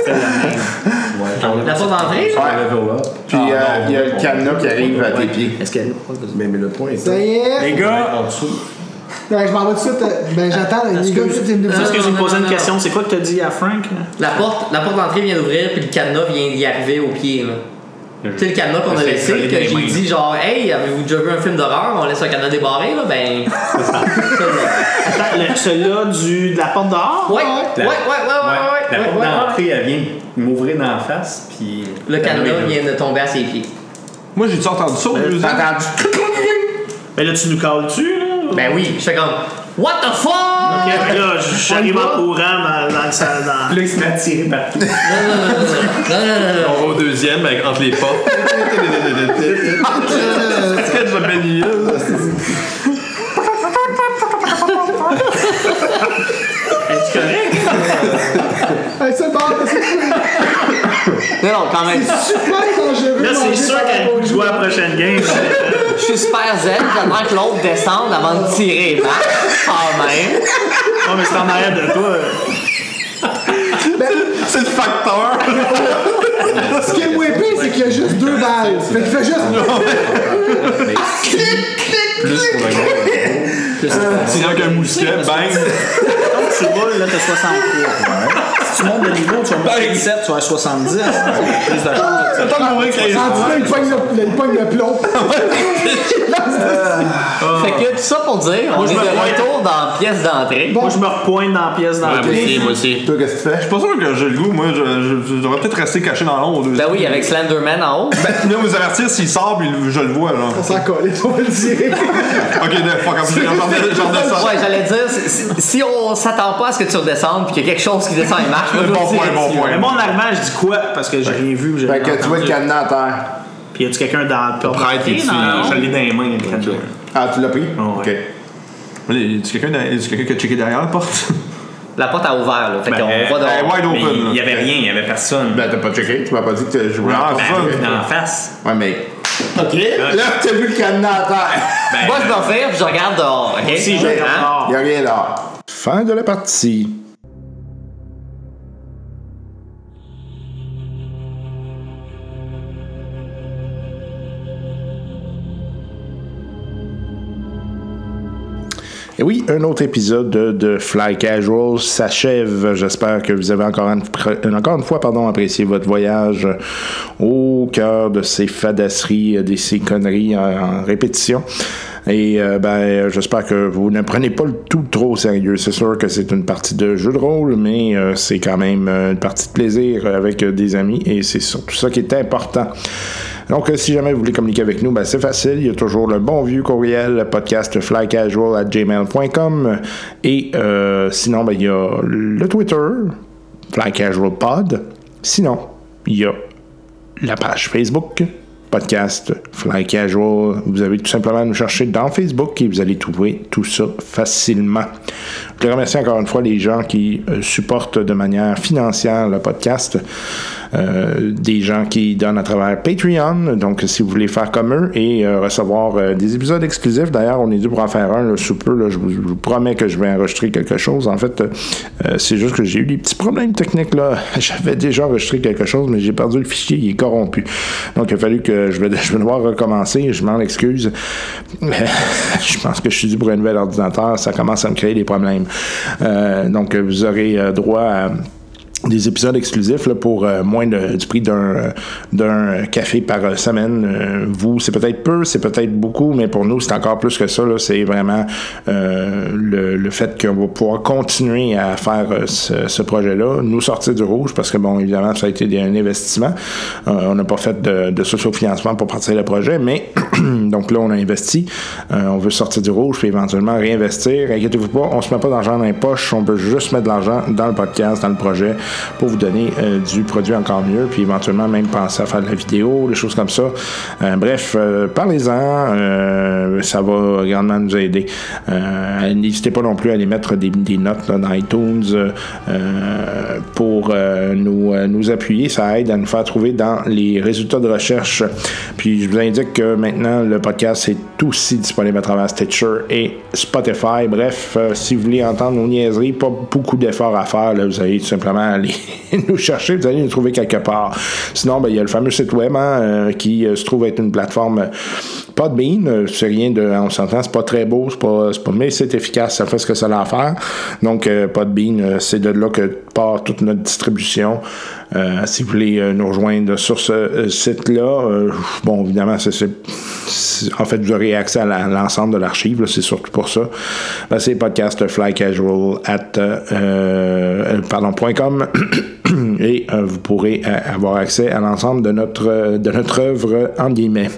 Speaker 5: d'entrée? là?
Speaker 6: Ouais. Puis euh, il y a le cadenas qui arrive à tes pieds.
Speaker 3: Est-ce qu'elle.
Speaker 7: Mais, mais le point est.
Speaker 9: Ça y est!
Speaker 11: Les gars,
Speaker 7: En dessous.
Speaker 9: Ben, je m'en vais tout de suite. euh, Ben, j'attends. Les gars, tu viens de me
Speaker 3: Parce
Speaker 9: dire.
Speaker 3: que
Speaker 5: non,
Speaker 3: j'ai
Speaker 5: non,
Speaker 3: posé
Speaker 5: non,
Speaker 3: une
Speaker 5: non.
Speaker 3: question. C'est quoi que t'as dit à Frank? là?
Speaker 5: La porte, la porte d'entrée vient d'ouvrir, puis le cadenas vient d'y arriver au pied. là. Tu sais, le cadenas qu'on a
Speaker 11: C'est
Speaker 5: laissé,
Speaker 11: collé
Speaker 5: que
Speaker 11: dans les
Speaker 5: j'ai
Speaker 11: mains.
Speaker 5: dit genre, hey, avez-vous déjà vu un film d'horreur? On laisse un cadenas débarré, là, ben. Ça,
Speaker 3: Attends, le- celui-là du, de la porte dehors?
Speaker 5: le- ouais, ouais, ouais, ouais, ouais, ouais,
Speaker 11: la
Speaker 5: ouais,
Speaker 11: porte
Speaker 5: ouais, ouais.
Speaker 11: d'entrée, elle vient m'ouvrir dans la face, puis.
Speaker 5: Le cadenas vient de tomber à ses pieds.
Speaker 4: Moi, j'ai-tu entendu ça au
Speaker 6: T'as
Speaker 4: deuxième?
Speaker 6: entendu
Speaker 3: Mais là, tu nous cales-tu, là?
Speaker 5: Ben oui, je fais comme, what the fuck?
Speaker 3: Ok, là, j'arrive en courant dans, dans le salon.
Speaker 11: Là, il se met à tirer partout.
Speaker 5: Non, non, non, non, non, non, non, non, non.
Speaker 7: On va au deuxième avec, entre les portes.
Speaker 4: Est-ce que je bénis là?
Speaker 3: Es-tu correct?
Speaker 9: Hey, c'est bon, c'est
Speaker 12: Non, non, quand même.
Speaker 9: super dangereux.
Speaker 3: Là,
Speaker 9: manger
Speaker 3: c'est sûr
Speaker 9: par la peau
Speaker 3: qu'elle
Speaker 9: du
Speaker 3: joue à la
Speaker 9: loup.
Speaker 3: prochaine game.
Speaker 5: Ah, ben.
Speaker 12: Je suis super zen, j'aimerais que l'autre descende avant de tirer, hein? Quand même.
Speaker 3: Non, mais c'est en arrière de toi.
Speaker 4: C'est le facteur.
Speaker 9: Ce qui est moins pire, c'est qu'il y a juste deux balles. Fait qu'il fait juste.
Speaker 7: Plus pour
Speaker 4: le Tirant qu'un mousquet, bang!
Speaker 3: Donc, tu roules, là, t'as 63. Si tu montes de niveau, tu vas monter à 17, tu vas à 70. Plus de chance.
Speaker 4: C'est le
Speaker 9: Ah,
Speaker 4: temps de mourir quand il
Speaker 9: Rendu là, il pogne le- il pogne le plomb.
Speaker 5: Fait que tout ça pour dire, on
Speaker 3: je
Speaker 5: est de
Speaker 3: me vois.
Speaker 5: retour dans la pièce d'entrée.
Speaker 3: Moi, je me repointe dans la pièce dans laquelle-
Speaker 7: aussi.
Speaker 6: Toi,
Speaker 12: Euh.
Speaker 6: qu'est-ce que tu fais?
Speaker 4: Je suis pas sûr que j'ai le goût, moi, je, je- je devrais peut-être rester caché dans l'ombre.
Speaker 5: Ben oui, avec Slenderman en haut.
Speaker 4: Ben, là, vous avertir s'il sort, puis je le vois, là.
Speaker 9: On s'en colle, on va le dire.
Speaker 4: Ok, de fuck, en plus, j'en redescends. j'en redescends.
Speaker 5: Ouais, j'allais dire, si, si- si on s'attend pas à ce que tu redescendes puis qu'il y a quelque chose qui descend et marche, moi, je
Speaker 3: Ben,
Speaker 4: Bon
Speaker 5: vous le
Speaker 4: point,
Speaker 5: dirai.
Speaker 4: bon point.
Speaker 3: Mais moi, en arrivant, je dis quoi? Parce que j'ai rien vu. j'ai
Speaker 6: Fait
Speaker 3: rien
Speaker 6: que tu vois
Speaker 3: entendu.
Speaker 6: le cadenas à terre.
Speaker 3: Puis y a-tu quelqu'un dans le porte
Speaker 7: prêtre, est-tu
Speaker 3: Non.
Speaker 11: Je l'ai dans les mains, le cadenas.
Speaker 6: Ah, tu l'as pris?
Speaker 11: Oh,
Speaker 6: Ok.
Speaker 4: Y a-tu quelqu'un derrière- y a-tu quelqu'un qui a checké derrière la porte?
Speaker 5: La porte a ouvert, là. Fait
Speaker 11: Ben,
Speaker 5: qu'on
Speaker 11: euh,
Speaker 4: Ben,
Speaker 5: va dehors.
Speaker 4: wide
Speaker 11: Mais
Speaker 4: open,
Speaker 11: il n'y
Speaker 4: là.
Speaker 11: avait rien, il n'y avait personne.
Speaker 6: Ben, t'as pas checké, tu m'as pas dit que t'as joué.
Speaker 4: Ah,
Speaker 11: Ben,
Speaker 4: fuck.
Speaker 11: dans la face.
Speaker 6: Ouais, Ben, mais.
Speaker 5: Ok.
Speaker 6: Là, t'as vu le cadenas à terre.
Speaker 11: Ben,
Speaker 5: Moi, je m'en fais puis je regarde dehors, ok?
Speaker 3: Si je
Speaker 5: Hein?
Speaker 3: regarde.
Speaker 6: Y'a rien là.
Speaker 2: Fin de la partie. Et oui, un autre épisode de, de Fly Casual s'achève. J'espère que vous avez encore une, pr- encore une fois pardon, apprécié votre voyage au cœur de ces fadasseries, de ces conneries en, en répétition. Et euh, ben, j'espère que vous ne prenez pas le tout trop au sérieux. C'est sûr que c'est une partie de jeu de rôle, mais euh, c'est quand même euh, une partie de plaisir avec euh, des amis et c'est surtout ça qui est important. Donc, euh, si jamais vous voulez communiquer avec nous, ben, c'est facile. Il y a toujours le bon vieux courriel podcastflycasual@gmail.com et euh, sinon, ben, il y a le Twitter flycasualpod. Sinon, il y a la page Facebook podcast Fly Casual. Vous avez tout simplement à nous chercher dans Facebook et vous allez trouver tout ça facilement. Je remercie encore une fois les gens qui euh, supportent de manière financière le podcast, euh, des gens qui donnent à travers Patreon. Donc, si vous voulez faire comme eux et euh, recevoir euh, des épisodes exclusifs, d'ailleurs, on est dû pour en faire un là, sous peu. là. je, vous, je vous promets que je vais enregistrer quelque chose. En fait, euh, euh, c'est juste que j'ai eu des petits problèmes techniques. là. J'avais déjà enregistré quelque chose, mais j'ai perdu le fichier. Il est corrompu. Donc, il a fallu que je vais, je vais devoir recommencer. Je m'en excuse. je pense que je suis dû pour un nouvel ordinateur. Ça commence à me créer des problèmes. Euh, donc, vous aurez euh, droit à des épisodes exclusifs là, pour euh, moins de- du prix d'un euh, d'un café par euh, semaine. Euh, vous, c'est peut-être peu, c'est peut-être beaucoup, mais pour nous, c'est encore plus que ça. là. C'est vraiment euh, le, le fait qu'on va pouvoir continuer à faire euh, ce, ce projet-là, nous sortir du rouge, parce que, bon, évidemment, ça a été des- un investissement. Euh, on n'a pas fait de, de socio-financement pour partir le projet, mais donc là, on a investi. Euh, on veut sortir du rouge, puis éventuellement réinvestir. Inquiétez-vous pas, on se met pas d'argent dans les poches, on peut juste mettre de l'argent dans le podcast, dans le projet, pour vous donner euh, du produit encore mieux, puis éventuellement même penser à faire de la vidéo, des choses comme ça. Euh, bref, euh, parlez-en, euh, ça va grandement nous aider. Euh, N'hésitez pas non plus à aller mettre des, des notes là, dans iTunes euh, euh, pour euh, nous, euh, nous appuyer, ça aide à nous faire trouver dans les résultats de recherche. Puis je vous indique que maintenant, le podcast est aussi disponible à travers Stitcher et Spotify. Bref, euh, si vous voulez entendre nos niaiseries, pas beaucoup d'efforts à faire. là. vous allez tout simplement aller nous chercher, vous allez nous trouver quelque part. Sinon, ben, il y a le fameux site web hein, euh, qui euh, se trouve être une plateforme euh, Podbean. euh, C'est rien de. On s'entend, c'est pas très beau, c'est pas, c'est pas- mais c'est efficace, ça fait ce que ça a à faire. Donc, euh, Podbean, euh, c'est de là que part toute notre distribution. Euh, si vous voulez euh, nous rejoindre sur ce euh, site-là, euh, bon, évidemment, c'est- c'est- c'est- en fait, vous aurez accès à la- l'ensemble de l'archive, là, c'est surtout pour ça. Ben, c'est podcastflycasual at, euh, euh, pardon, point .com et euh, vous pourrez euh, avoir accès à l'ensemble de notre, euh, de notre œuvre, euh, en guillemets.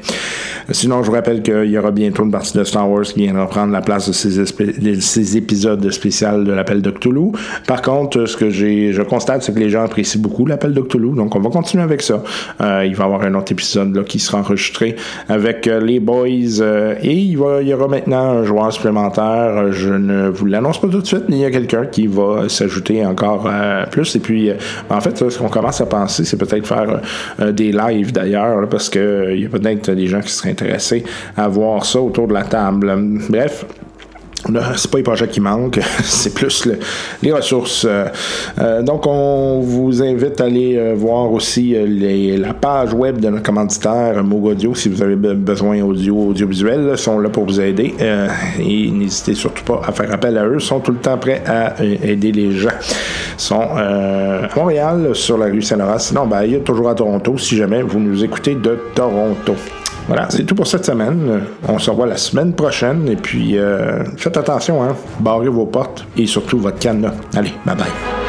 Speaker 2: Sinon, je vous rappelle qu'il y aura bientôt une partie de Star Wars qui viendra prendre la place de ces, espé- de ces épisodes spéciaux de l'appel de Cthulhu. Par contre, ce que j'ai, je constate, c'est que les gens apprécient beaucoup l'appel de Cthulhu, donc on va continuer avec ça. Euh, il va y avoir un autre épisode là, qui sera enregistré avec euh, les boys euh, et il, va, il y aura maintenant un joueur supplémentaire. Euh, Je ne vous l'annonce pas tout de suite, mais il y a quelqu'un qui va s'ajouter encore euh, plus. Et puis, euh, en fait, là, ce qu'on commence à penser, c'est peut-être faire euh, euh, des lives d'ailleurs, là, parce euh, qu'il y a peut-être des gens qui seraient intéressés à voir ça autour de la table. Bref. Là, c'est pas les projets qui manquent, c'est plus le- les ressources. Euh, euh, donc, on vous invite à aller euh, voir aussi euh, les- la page web de notre commanditaire, euh, Moog Audio, si vous avez be- besoin audio, audiovisuel, là, sont là pour vous aider. Euh, et n'hésitez surtout pas à faire appel à eux, ils sont tout le temps prêts à euh, aider les gens. Ils sont euh, à Montréal, sur la rue Saint-Laurent. Sinon, ben, il y a toujours à Toronto, si jamais vous nous écoutez de Toronto. Voilà, c'est tout pour cette semaine. Euh, On se revoit la semaine prochaine. Et puis, euh, faites attention, hein. Barrez vos portes et surtout votre canne. là. Allez, bye bye.